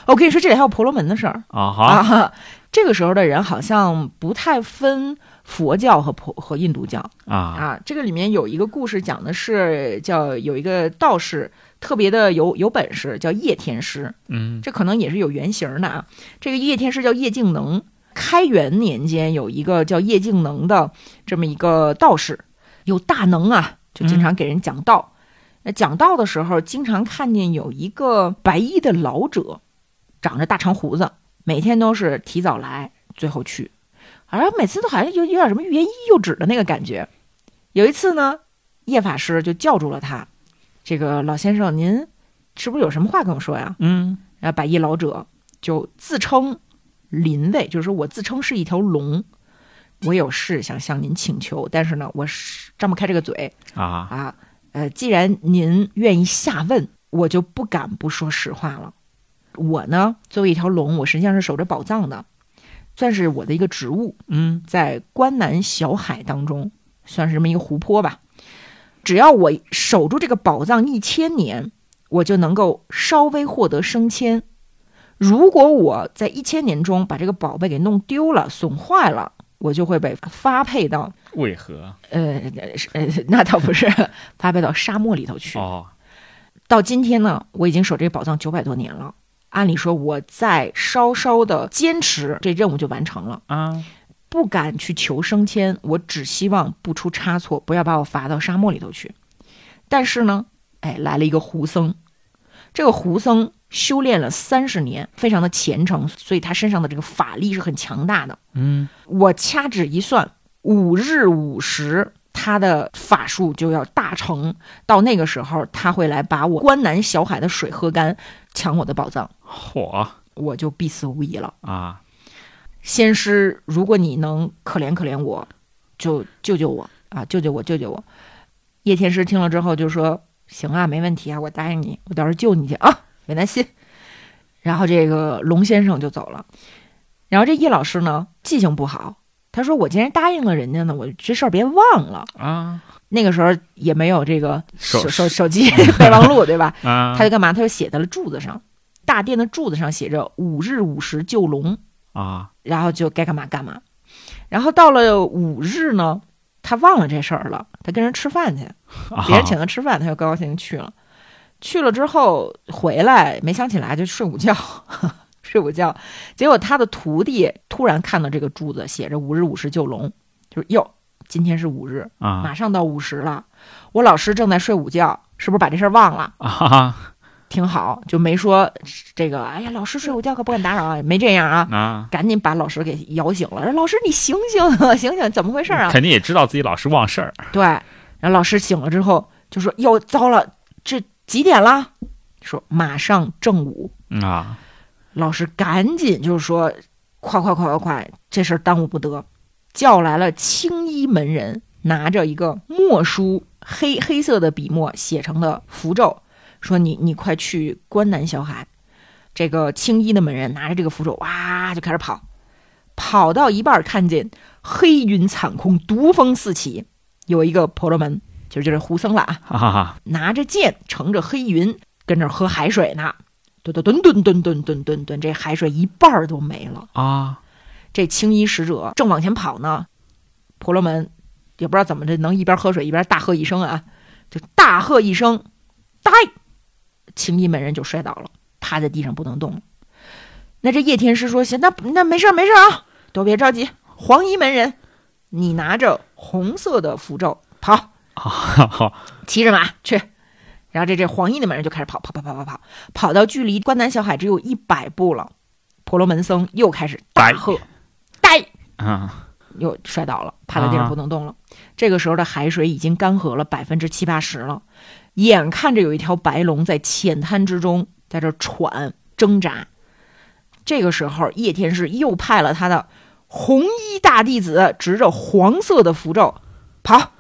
A: 我跟你说，这里还有婆罗门的事儿。
B: 啊哈，
A: 啊，这个时候的人好像不太分佛教和婆和印度教
B: 啊
A: 啊。这个里面有一个故事讲的是叫有一个道士特别的有有本事，叫叶天师，
B: 嗯
A: 这可能也是有原型的啊。这个叶天师叫叶敬能，开元年间有一个叫叶敬能的这么一个道士，有大能啊，就经常给人讲道。那讲道的时候，经常看见有一个白衣的老者，长着大长胡子，每天都是提早来，最后去，而每次都好像有有点什么欲言又止的那个感觉。有一次呢，叶法师就叫住了他，这个老先生，您是不是有什么话跟我说呀？
B: 嗯
A: 然后白衣呃老者就自称林位，就是说我自称是一条龙，我有事想向您请求，但是呢，我是张不开这个嘴
B: 啊
A: 啊。呃，既然您愿意下问，我就不敢不说实话了。我呢，作为一条龙，我实际上是守着宝藏的，算是我的一个职务。
B: 嗯
A: 在关南小海当中，算是这么一个湖泊吧。只要我守住这个宝藏一千年，我就能够稍微获得升迁。如果我在一千年中把这个宝贝给弄丢了、损坏了，我就会被发配到
B: 为何？
A: 呃呃， 那倒不是发配到沙漠里头去。
B: 哦
A: 到今天呢，我已经守这个宝藏九百多年了。按理说，我再稍稍的坚持，这任务就完成了。
B: 啊
A: 不敢去求升迁，我只希望不出差错，不要把我罚到沙漠里头去。但是呢，哎，来了一个胡僧，这个胡僧修炼了三十年，非常的虔诚，所以他身上的这个法力是很强大的。
B: 嗯，
A: 我掐指一算，五日午时，他的法术就要大成。到那个时候，他会来把我关南小海的水喝干，抢我的宝藏，
B: 嚯
A: 我就必死无疑了。
B: 啊！
A: 仙师，如果你能可怜可怜我，就救救我啊！救救我，救救我！叶天师听了之后就说：“行啊，没问题啊，我答应你，我到时候救你去啊，别担心。”然后这个龙先生就走了。然后这叶老师呢，记性不好，他说：“我既然答应了人家呢，我这事儿别忘了。
B: 啊”
A: 那个时候也没有这个
B: 手
A: 手手手 机嗯备忘录，对吧？
B: 啊！
A: 他就干嘛？他就写在了柱子上，大殿的柱子上写着“五日午时救龙”。
B: 啊
A: 然后就该干嘛干嘛。然后到了五日呢，他忘了这事儿了，他跟人吃饭去，
B: 啊！
A: 别人请他吃饭，他就高高兴兴去了。去了之后回来没想起来，就睡午觉， 睡午觉。结果他的徒弟突然看到这个柱子写着“五日午时救龙”，就是哟，今天是五日，
B: 啊
A: 马上到午时了，我老师正在睡午觉，是不是把这事儿忘了？
B: 啊
A: 挺好，就没说这个，哎呀，老师睡午觉可不敢打扰啊，没这样啊。
B: 啊！
A: 赶紧把老师给摇醒了，说老师你醒醒 醒醒，怎么回事啊？
B: 肯定也知道自己老是忘事儿
A: 对，然后老师醒了之后就说哟糟了，这几点了？说马上正午，
B: 啊
A: 老师赶紧就说快快快快快，这事儿耽误不得，叫来了青衣门人，拿着一个墨书，黑黑色的笔墨写成的符咒，说你你快去关南小海。这个青衣的门人拿着这个符咒，哇就开始跑，跑到一半儿看见黑云惨空，毒风四起，有一个婆罗门，其实就是胡僧了啊，
B: 啊
A: 拿着剑乘着黑云跟这儿喝海水呢，吨吨吨吨吨吨吨吨，这海水一半儿都没了。
B: 啊！
A: 这青衣使者正往前跑呢，婆罗门也不知道怎么着，能一边喝水一边大喝一声啊，就大喝一声，呆，青衣门人就摔倒了，趴在地上不能动了。那这叶天师说：“行，那那没事儿没事儿啊，都别着急。黄衣门人，你拿着红色的符咒跑，
B: 好
A: 骑着马去。然后这这黄衣的门人就开始跑跑跑跑跑跑，跑到距离关南小海只有一百步了，婆罗门僧又开始大喝，呆，
B: 啊
A: 又摔倒了，趴在地上
B: 啊
A: 不能动了。这个时候的海水已经干涸了百分之七八十了，眼看着有一条白龙在浅滩之中在这喘挣扎。这个时候，叶天士又派了他的红衣大弟子执着黄色的符咒跑。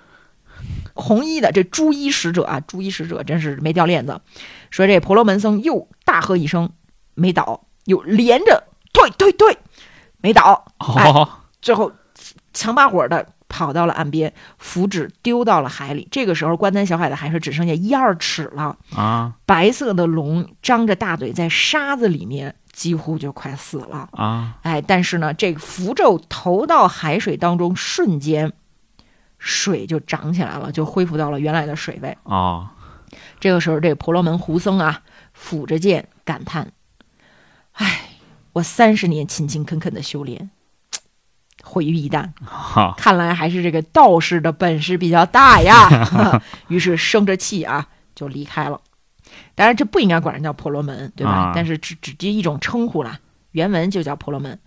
A: 红衣的这朱衣使者啊，朱衣使者真是没掉链子。说这婆罗门僧又大喝一声，没倒，又连着退退退，没倒，
B: 哦
A: 最后强巴火的跑到了岸边，符纸丢到了海里。这个时候，关丹小海的海水只剩下一二尺了，
B: 啊
A: 白色的龙张着大嘴在沙子里面，几乎就快死了。
B: 啊
A: 哎，但是呢，这个符咒投到海水当中，瞬间水就涨起来了，就恢复到了原来的水位。
B: 哦
A: 这个时候，这个婆罗门胡僧啊，抚着剑感叹：“哎，我三十年勤勤恳恳的修炼，毁于一旦。”
B: 好
A: 看来还是这个道士的本事比较大呀。 于是生着气啊，就离开了。当然，这不应该管人叫婆罗门，对吧？
B: 啊
A: 但是只只这一种称呼啦，原文就叫婆罗门。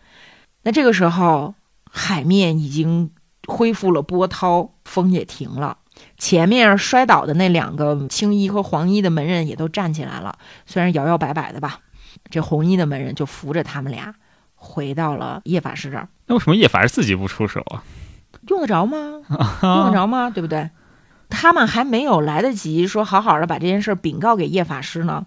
A: 那这个时候，海面已经恢复了波涛，风也停了。前面摔倒的那两个青衣和黄衣的门人也都站起来了，虽然摇摇摆摆的吧。这红衣的门人就扶着他们俩回到了叶法师这儿，
B: 那为什么叶凡是自己不出手啊？
A: 用得着吗？用得着吗？对不对？他们还没有来得及说好好的把这件事儿禀告给叶法师呢，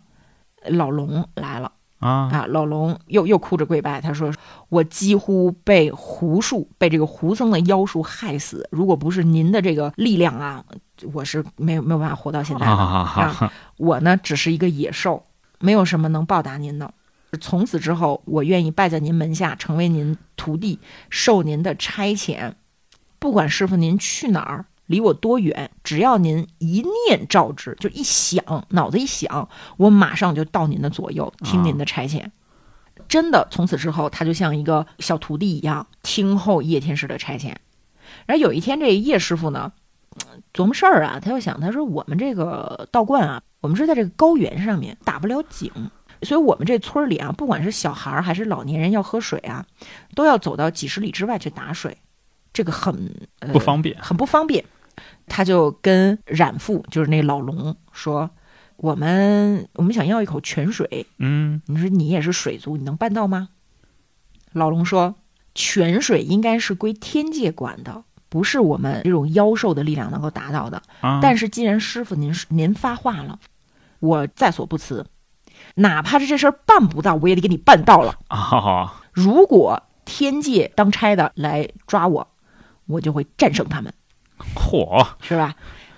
A: 老龙来了
B: 啊
A: 啊！老龙又又哭着跪拜，他说：“我几乎被胡术，被这个胡僧的妖术害死。如果不是您的这个力量啊，我是没有没有办法活到现在的。
B: 啊
A: 啊我呢，只是一个野兽，没有什么能报答您的。从此之后，我愿意拜在您门下，成为您徒弟，受您的差遣。不管师傅您去哪儿，离我多远，只要您一念照之，就一想，脑子一想，我马上就到您的左右，听您的差遣。真的，从此之后，他就像一个小徒弟一样，听候叶天师的差遣。然后有一天，这叶师傅呢，琢磨事儿啊，他又想，他说我们这个道观啊，我们是在这个高原上面，打不了井，所以我们这村儿里啊，不管是小孩儿还是老年人要喝水啊，都要走到几十里之外去打水，这个很、呃、
B: 不方便。
A: 很不方便。他就跟冉父，就是那老龙说：“我们我们想要一口泉水，
B: 嗯，
A: 你说你也是水族，你能办到吗？”老龙说：“泉水应该是归天界管的，不是我们这种妖兽的力量能够达到的。
B: 啊
A: 但是既然师傅您您发话了，我在所不辞，哪怕是这事儿办不到，我也得给你办到了。
B: 啊，
A: 如果天界当差的来抓我，我就会战胜他们。”
B: 嚯，
A: 是吧？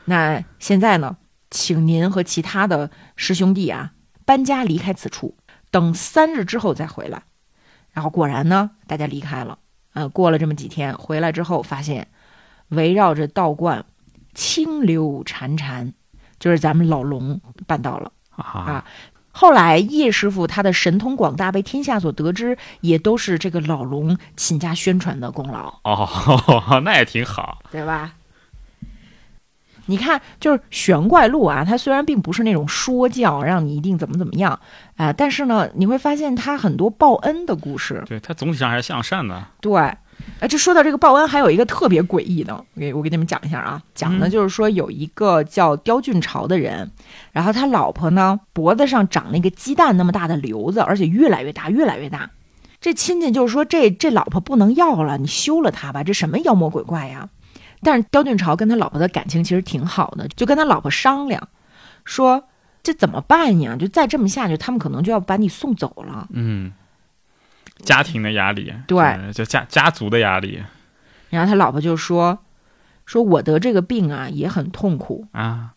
A: 那现在呢，请您和其他的师兄弟啊搬家离开此处，等三日之后再回来。然后果然呢，大家离开了。呃，过了这么几天，回来之后发现，围绕着道观清流潺潺，就是咱们老龙办到了。
B: 啊，
A: 后来叶师傅他的神通广大被天下所得知，也都是这个老龙勤加宣传的功劳。
B: 哦，那也挺好。
A: 对吧？你看，就是玄怪录啊，它虽然并不是那种说教，让你一定怎么怎么样啊、但是呢，你会发现它很多报恩的故事。
B: 对它总体上还是向善的。
A: 对，哎，这说到这个报恩，还有一个特别诡异的，我给我给你们讲一下啊，讲的
B: 嗯
A: 就是说有一个叫刁俊朝的人，然后他老婆呢脖子上长了一个鸡蛋那么大的瘤子，而且越来越大，越来越大。这亲戚就说这这老婆不能要了，你休了她吧，这什么妖魔鬼怪呀？但是刁俊朝跟他老婆的感情其实挺好的，就跟他老婆商量，说这怎么办呀？就再这么下去，他们可能就要把你送走了。
B: 嗯，家庭的压力，
A: 对
B: 呃，就家家族的压力
A: 然后他老婆就说：“说我得这个病啊，也很痛苦。
B: 啊，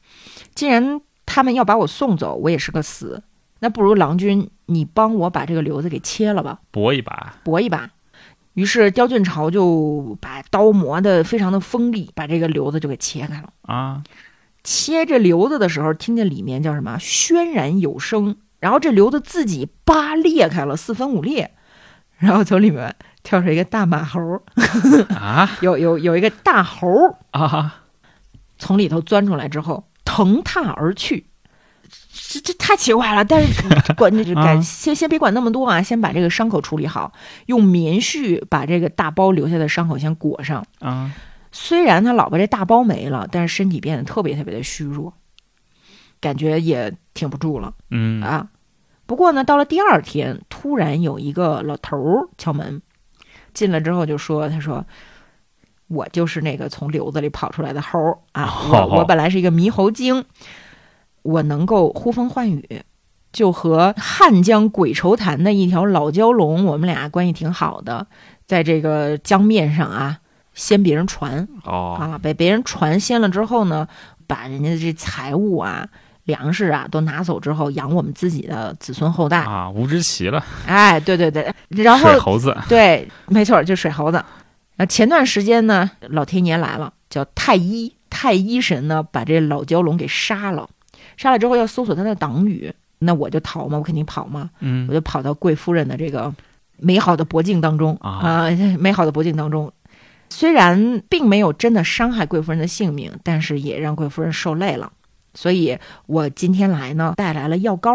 A: 既然他们要把我送走，我也是个死，那不如郎君你帮我把这个瘤子给切了吧，
B: 搏一把。
A: 搏一把。”于是刁俊朝就把刀磨得非常的锋利，把这个瘤子就给切开了。
B: 啊，
A: 切这瘤子的时候，听见里面叫什么轩然有声，然后这瘤子自己扒裂开了四分五裂，然后从里面跳出一个大马猴儿，
B: 啊
A: 有有有一个大猴儿
B: 啊！
A: 从里头钻出来之后，腾踏而去。这这太奇怪了，但是管这
B: 啊
A: 管先先别管那么多啊，先把这个伤口处理好，用棉絮把这个大包留下的伤口先裹上。
B: 啊，
A: 虽然他老婆这大包没了，但是身体变得特别特别的虚弱，感觉也挺不住了
B: 嗯
A: 啊。不过呢，到了第二天，突然有一个老头儿敲门，进来之后就说：“他说我就是那个从瘤子里跑出来的猴儿啊，
B: 哦
A: 我我本来是一个猕猴精，我能够呼风唤雨。”就和汉江鬼愁潭的一条老蛟龙，我们俩关系挺好的，在这个江面上啊，掀别人船，
B: 哦，
A: 啊，被别人船掀了之后呢，把人家的这财物啊、粮食啊都拿走之后，养我们自己的子孙后代。
B: 啊，无知奇了，
A: 哎，对对对，然
B: 水
A: 后
B: 猴子
A: 对，没错，就水猴子。呃，前段时间呢，老天爷来了，叫太一太一神呢，把这老蛟龙给杀了，杀了之后要搜索他的党羽，那我就逃嘛，我肯定跑嘛，
B: 嗯
A: 我就跑到贵夫人的这个美好的脖颈当中
B: 啊
A: 啊、 美好的脖颈当中。虽然并没有真的伤害贵夫人的性命，但是也让贵夫人受累了。所以我今天来呢，带来了药膏。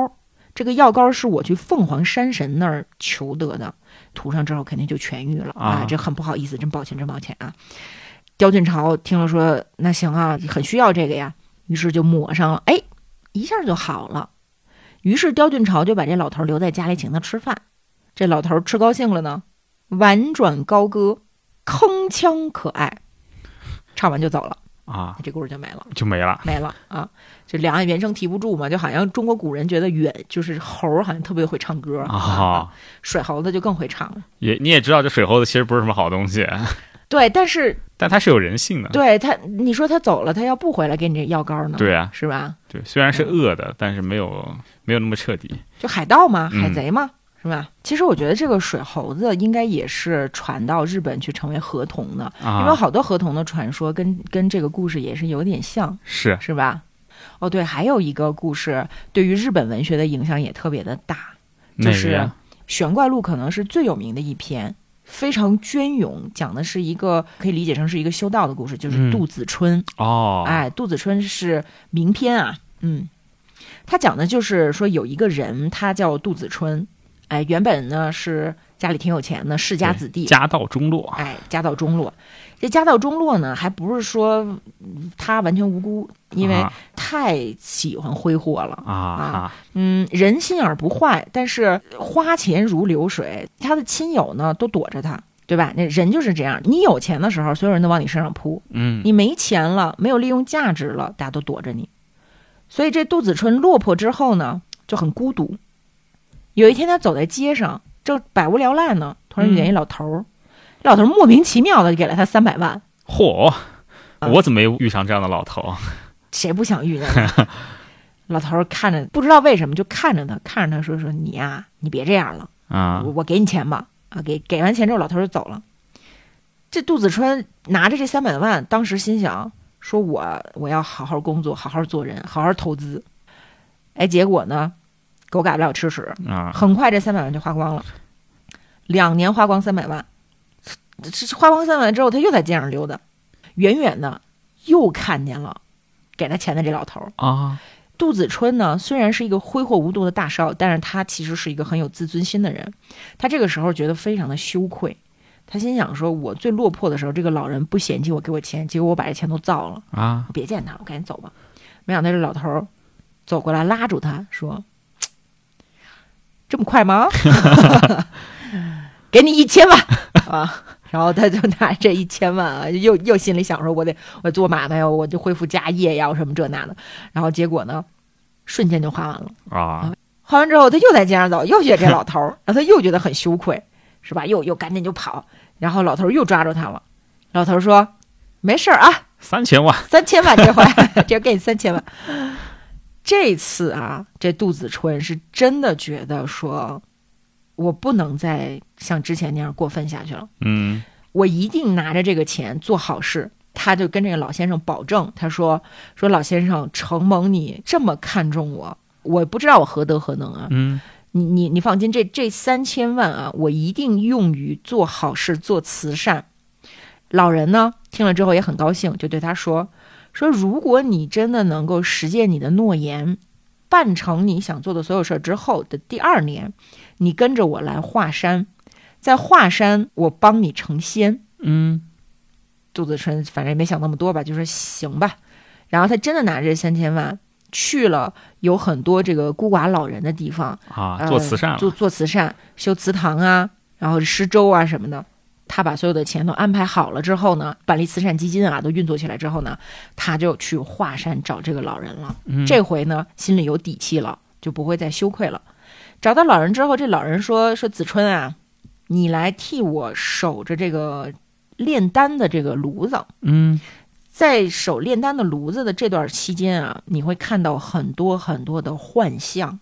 A: 这个药膏是我去凤凰山神那儿求得的，涂上之后肯定就痊愈了
B: 啊
A: 这很不好意思，真抱歉，真抱歉啊！刁俊朝听了说，那行啊，很需要这个呀，于是就抹上了，哎，一下就好了。于是刁俊朝就把这老头留在家里，请他吃饭。这老头吃高兴了呢，婉转高歌，铿锵可爱，唱完就走了，
B: 啊，
A: 这故事就没了，
B: 就没了。
A: 没了啊！这两岸猿声啼不住嘛，就好像中国古人觉得猿就是猴儿，好像特别会唱歌
B: 啊，
A: 水猴子就更会唱了。
B: 也你也知道，这水猴子其实不是什么好东西，啊
A: 对，但是
B: 但它是有人性的。
A: 对他，你说他走了，他要不回来给你这药膏呢，
B: 对啊，
A: 是吧？
B: 对，虽然是恶的，但是没有没有那么彻底。
A: 就海盗嘛，
B: 嗯
A: 海贼嘛，是吧？其实我觉得这个水猴子应该也是传到日本去成为合同的，因为
B: 啊，
A: 好多合同的传说跟跟这个故事也是有点像，
B: 是
A: 是吧？哦，对，还有一个故事对于日本文学的影响也特别的大，
B: 哪
A: 是
B: 个呀？
A: 《玄怪录》可能是最有名的一篇，非常隽永，讲的是一个可以理解成是一个修道的故事，就是
B: 嗯
A: 杜子春。
B: 哦，
A: 哎，杜子春是名篇啊，嗯，他讲的就是说有一个人，他叫杜子春，哎，原本呢是家里挺有钱的世家子弟，
B: 家道中落，
A: 哎，家道中落。这家道中落呢，还不是说嗯他完全无辜，因为
B: 啊
A: 太喜欢挥霍了。
B: 啊啊
A: 嗯，人心眼儿不坏，但是花钱如流水。他的亲友呢都躲着他，对吧？那人就是这样，你有钱的时候，所有人都往你身上扑；
B: 嗯
A: 你没钱了，没有利用价值了，大家都躲着你。所以这杜子春落魄之后呢，就很孤独。有一天，他走在街上，正百无聊赖呢，突然遇见一老头儿，老头儿莫名其妙的给了他三百万，
B: 嚯，
A: 呃
B: 我怎么没遇上这样的老头？啊
A: 谁不想遇见他？老头儿看着，不知道为什么就看着他，看着他说：“说你呀、你别这样了。”
B: 啊
A: 我我给你钱吧，啊，给给完钱之后，老头儿就走了。这杜子春拿着这三百万，当时心想说我：“我要好好工作，好好做人，好好投资。”哎，结果呢，狗改不了吃屎，
B: 啊，
A: 很快这三百万就花光了。两年花光三百万，这这花光三百万之后，他又在街上溜达，远远的又看见了给他钱的这老头儿。
B: 啊
A: 杜子春呢，虽然是一个挥霍无度的大少，但是他其实是一个很有自尊心的人。他这个时候觉得非常的羞愧，他心想说：“我最落魄的时候，这个老人不嫌弃我，给我钱，结果我把这钱都造了，
B: 啊
A: 我别见他了，我赶紧走吧。”没想到这老头儿走过来拉住他说：“这么快吗？ 给你一千万啊！”然后他就拿这一千万啊，又又心里想说：“我得我做买卖呀，我就恢复家业呀，我什么这那的。”然后结果呢，瞬间就花完了。
B: 啊
A: 花完之后，他又在街上走，又遇见这老头儿，然后他又觉得很羞愧，是吧？又又赶紧就跑，然后老头儿又抓住他了。老头儿说：“没事儿啊，
B: 三千万
A: 三千万这回， 这给你三千万。这次啊，这杜子春是真的觉得说，我不能再像之前那样过分下去了，
B: 嗯
A: 我一定拿着这个钱做好事。他就跟这个老先生保证，他说：“说老先生，承蒙你这么看重我，我不知道我何德何能啊！
B: 嗯
A: 你你你放心，这这三千万啊，我一定用于做好事、做慈善。老人呢听了之后也很高兴，就对他说：“说如果你真的能够实践你的诺言，办成你想做的所有事儿之后的第二年，你跟着我来华山，在华山我帮你成仙。
B: 嗯”
A: 杜子春反正也没想那么多吧，就说行吧。然后他真的拿着这三千万去了有很多这个孤寡老人的地方，
B: 啊，
A: 呃
B: 做慈善了
A: 做做慈善，修祠堂啊，然后施粥啊什么的。他把所有的钱都安排好了之后呢，板栗慈善基金啊都运作起来之后呢，他就去华山找这个老人了。
B: 嗯
A: 这回呢，心里有底气了，就不会再羞愧了。找到老人之后，这老人说：“说子春啊，你来替我守着这个炼丹的这个炉子，
B: 嗯
A: 在守炼丹的炉子的这段期间啊，你会看到很多很多的幻象。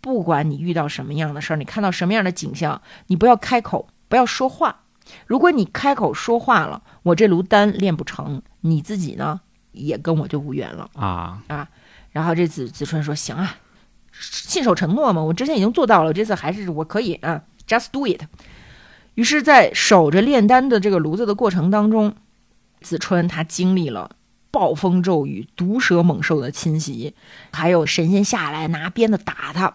A: 不管你遇到什么样的事儿，你看到什么样的景象，你不要开口，不要说话。如果你开口说话了，我这炉丹炼不成，你自己呢也跟我就无缘了。
B: 啊
A: 然后这子子春说：“行啊，信守承诺嘛，我之前已经做到了，这次还是我可以啊，just do it。”于是，在守着炼丹的这个炉子的过程当中，子春他经历了暴风骤雨、毒蛇猛兽的侵袭，还有神仙下来拿鞭子打他，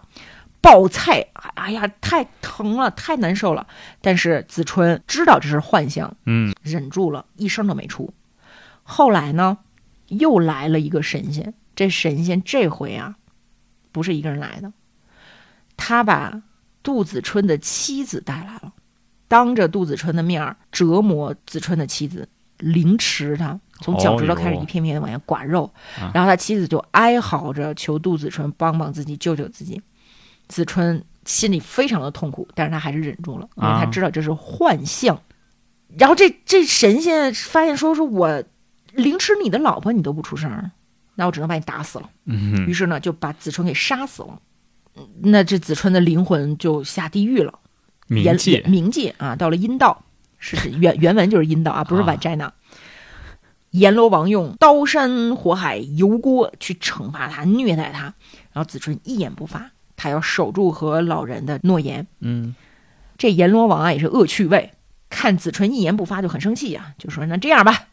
A: 暴菜，哎呀，太疼了，太难受了。但是子春知道这是幻象，
B: 嗯
A: 忍住了，一声都没出。后来呢，又来了一个神仙，这神仙这回啊，不是一个人来的，他把杜子春的妻子带来了，当着杜子春的面儿折磨子春的妻子，凌迟他，从脚趾头开始
B: 哦呦
A: 一片片的往下刮肉，
B: 啊
A: 然后他妻子就哀嚎着求杜子春帮帮自己，救救自己。子春心里非常的痛苦，但是他还是忍住了，因为他
B: 啊
A: 知道这是幻象。然后这这神仙发现说，说我凌迟你的老婆，你都不出声儿，那我只能把你打死了。于
B: 嗯
A: 是呢，就把子春给杀死了。嗯那这子春的灵魂就下地狱了，
B: 铭
A: 阎
B: 记
A: 阎冥界啊，到了阴道，是是原原文就是阴道啊，不是
B: 啊
A: 晚斋呢。阎罗王用刀山火海、油锅去惩罚他、虐待他，然后子春一言不发，他要守住和老人的诺言。
B: 嗯
A: 这阎罗王啊也是恶趣味，看子纯一言不发就很生气呀、就说那这样吧，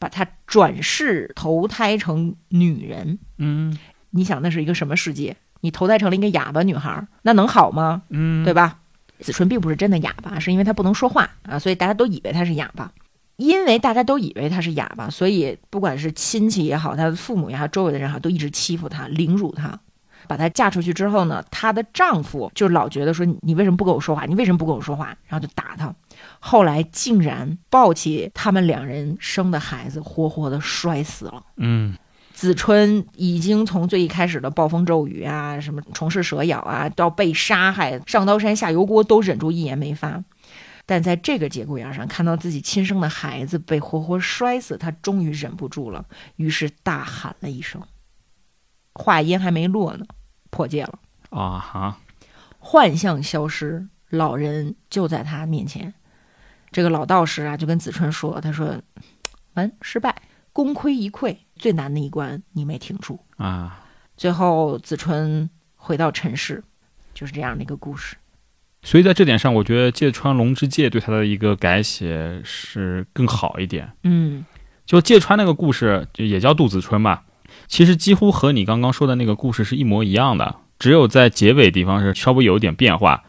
A: 把他转世投胎成女人。
B: 嗯
A: 你想那是一个什么世界？你投胎成了一个哑巴女孩儿，那能好吗？
B: 嗯，
A: 对吧？子纯并不是真的哑巴，是因为他不能说话啊，所以大家都以为他是哑巴。因为大家都以为他是哑巴，所以不管是亲戚也好，他的父母也好，周围的人也好，都一直欺负他、凌辱他。把她嫁出去之后呢，她的丈夫就老觉得说你你为什么不跟我说话？你为什么不跟我说话？然后就打她。后来竟然抱起他们两人生的孩子，活活的摔死了。
B: 嗯
A: 子春已经从最一开始的暴风骤雨啊，什么虫噬蛇咬啊，到被杀害，上刀山下油锅都忍住一言没发。但在这个节骨眼上，看到自己亲生的孩子被活活摔死，他终于忍不住了，于是大喊了一声。话音还没落呢，破戒了，
B: 啊哈，
A: 幻象消失，老人就在他面前。这个老道士啊，就跟子春说：“他说，完失败，功亏一篑，最难的一关你没挺住。”
B: 啊，
A: 最后子春回到尘世，就是这样的一个故事。
B: 所以在这点上，我觉得芥川龙之介对他的一个改写是更好一点。
A: 嗯
B: 就芥川那个故事，就也叫杜子春吧，其实几乎和你刚刚说的那个故事是一模一样的，只有在结尾地方是稍微有一点变化。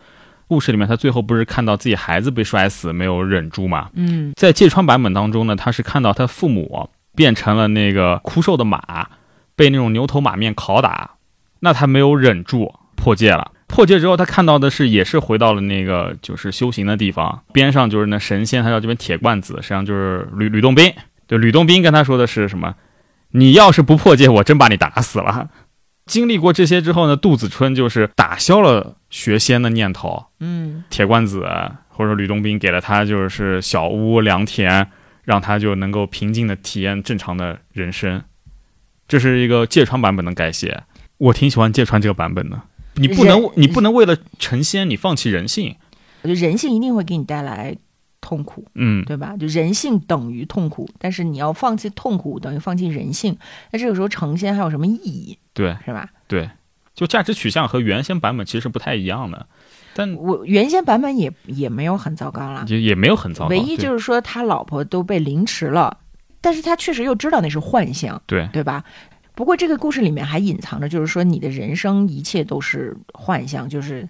B: 故事里面他最后不是看到自己孩子被摔死，没有忍住嘛？
A: 嗯
B: 在芥川版本当中呢，他是看到他父母变成了那个枯瘦的马，被那种牛头马面拷打，那他没有忍住破戒了。破戒之后，他看到的是也是回到了那个就是修行的地方，边上就是那神仙，他叫这边铁罐子，实际上就是吕吕洞宾。对，吕洞宾跟他说的是什么？你要是不破戒，我真把你打死了。经历过这些之后呢，杜子春就是打消了学仙的念头，
A: 嗯
B: 铁罐子啊或者说吕洞宾给了他就是小屋良田，让他就能够平静的体验正常的人生。这是一个芥川版本的改写，我挺喜欢芥川这个版本的。你不能
A: 人，
B: 你不能为了成仙，你放弃人性。
A: 我觉得人性一定会给你带来痛苦，
B: 嗯，
A: 对吧？就人性等于痛苦，但是你要放弃痛苦，等于放弃人性。那这个时候成仙还有什么意义，
B: 对
A: 是吧？
B: 对，就价值取向和原先版本其实是不太一样的，但
A: 我原先版本也也没有很糟糕啦，
B: 也也没有很糟糕。
A: 唯一
B: 对
A: 就是说他老婆都被凌迟了，但是他确实又知道那是幻象，
B: 对
A: 对吧？不过这个故事里面还隐藏着，就是说你的人生一切都是幻象，就是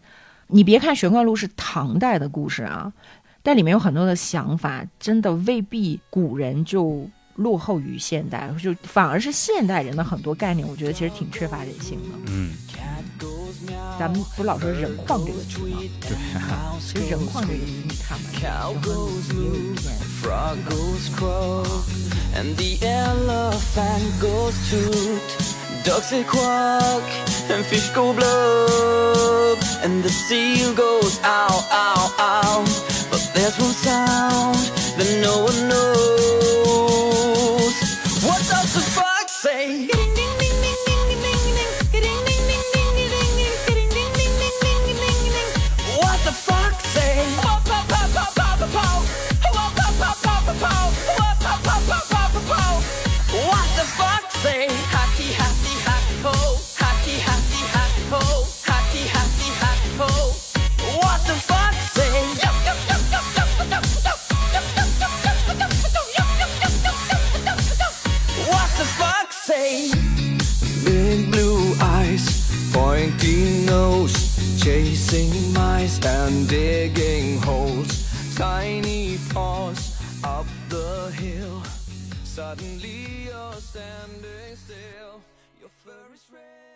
A: 你别看《玄幻录》是唐代的故事啊，但里面有很多的想法，真的未必古人就落后于现代，就反而是现代人的很多概念，我觉得其实挺缺乏人性的。
B: 嗯，
A: 咱们不是老说人况这个词吗？对、其实人况这个词你看吧，玄幻录里面也有一篇
C: frog goes crow, and the elephant goes toot. Ducks they quack, and fish go blub, and the seal goes ow, ow, ow. But there's one sound that no one knows. What does the frog say? What the fuck say? Pow, pow, pow, pow, pow, pow, pow. Pow, pow, pow, pow, pow, pow. Pow, pow, pow, pow, pow, pow, pow. What the fuck say? Hacky, hacky, hack, ho. Hacky, hacky, hack, ho. Hacky, hacky, hack, ho. What the fuck say? Yup, yup, yup, yup, yup, yup, yup, yup, yup, yup, yup, yup, yup, yup, yup, yup, yup, yup, yup, yup, yup. What the fuck say? Big blue eyes, pointy nose, chasing mice and digging holes. Tiny paws up the hill. Suddenly you're standing still. Your fur is red.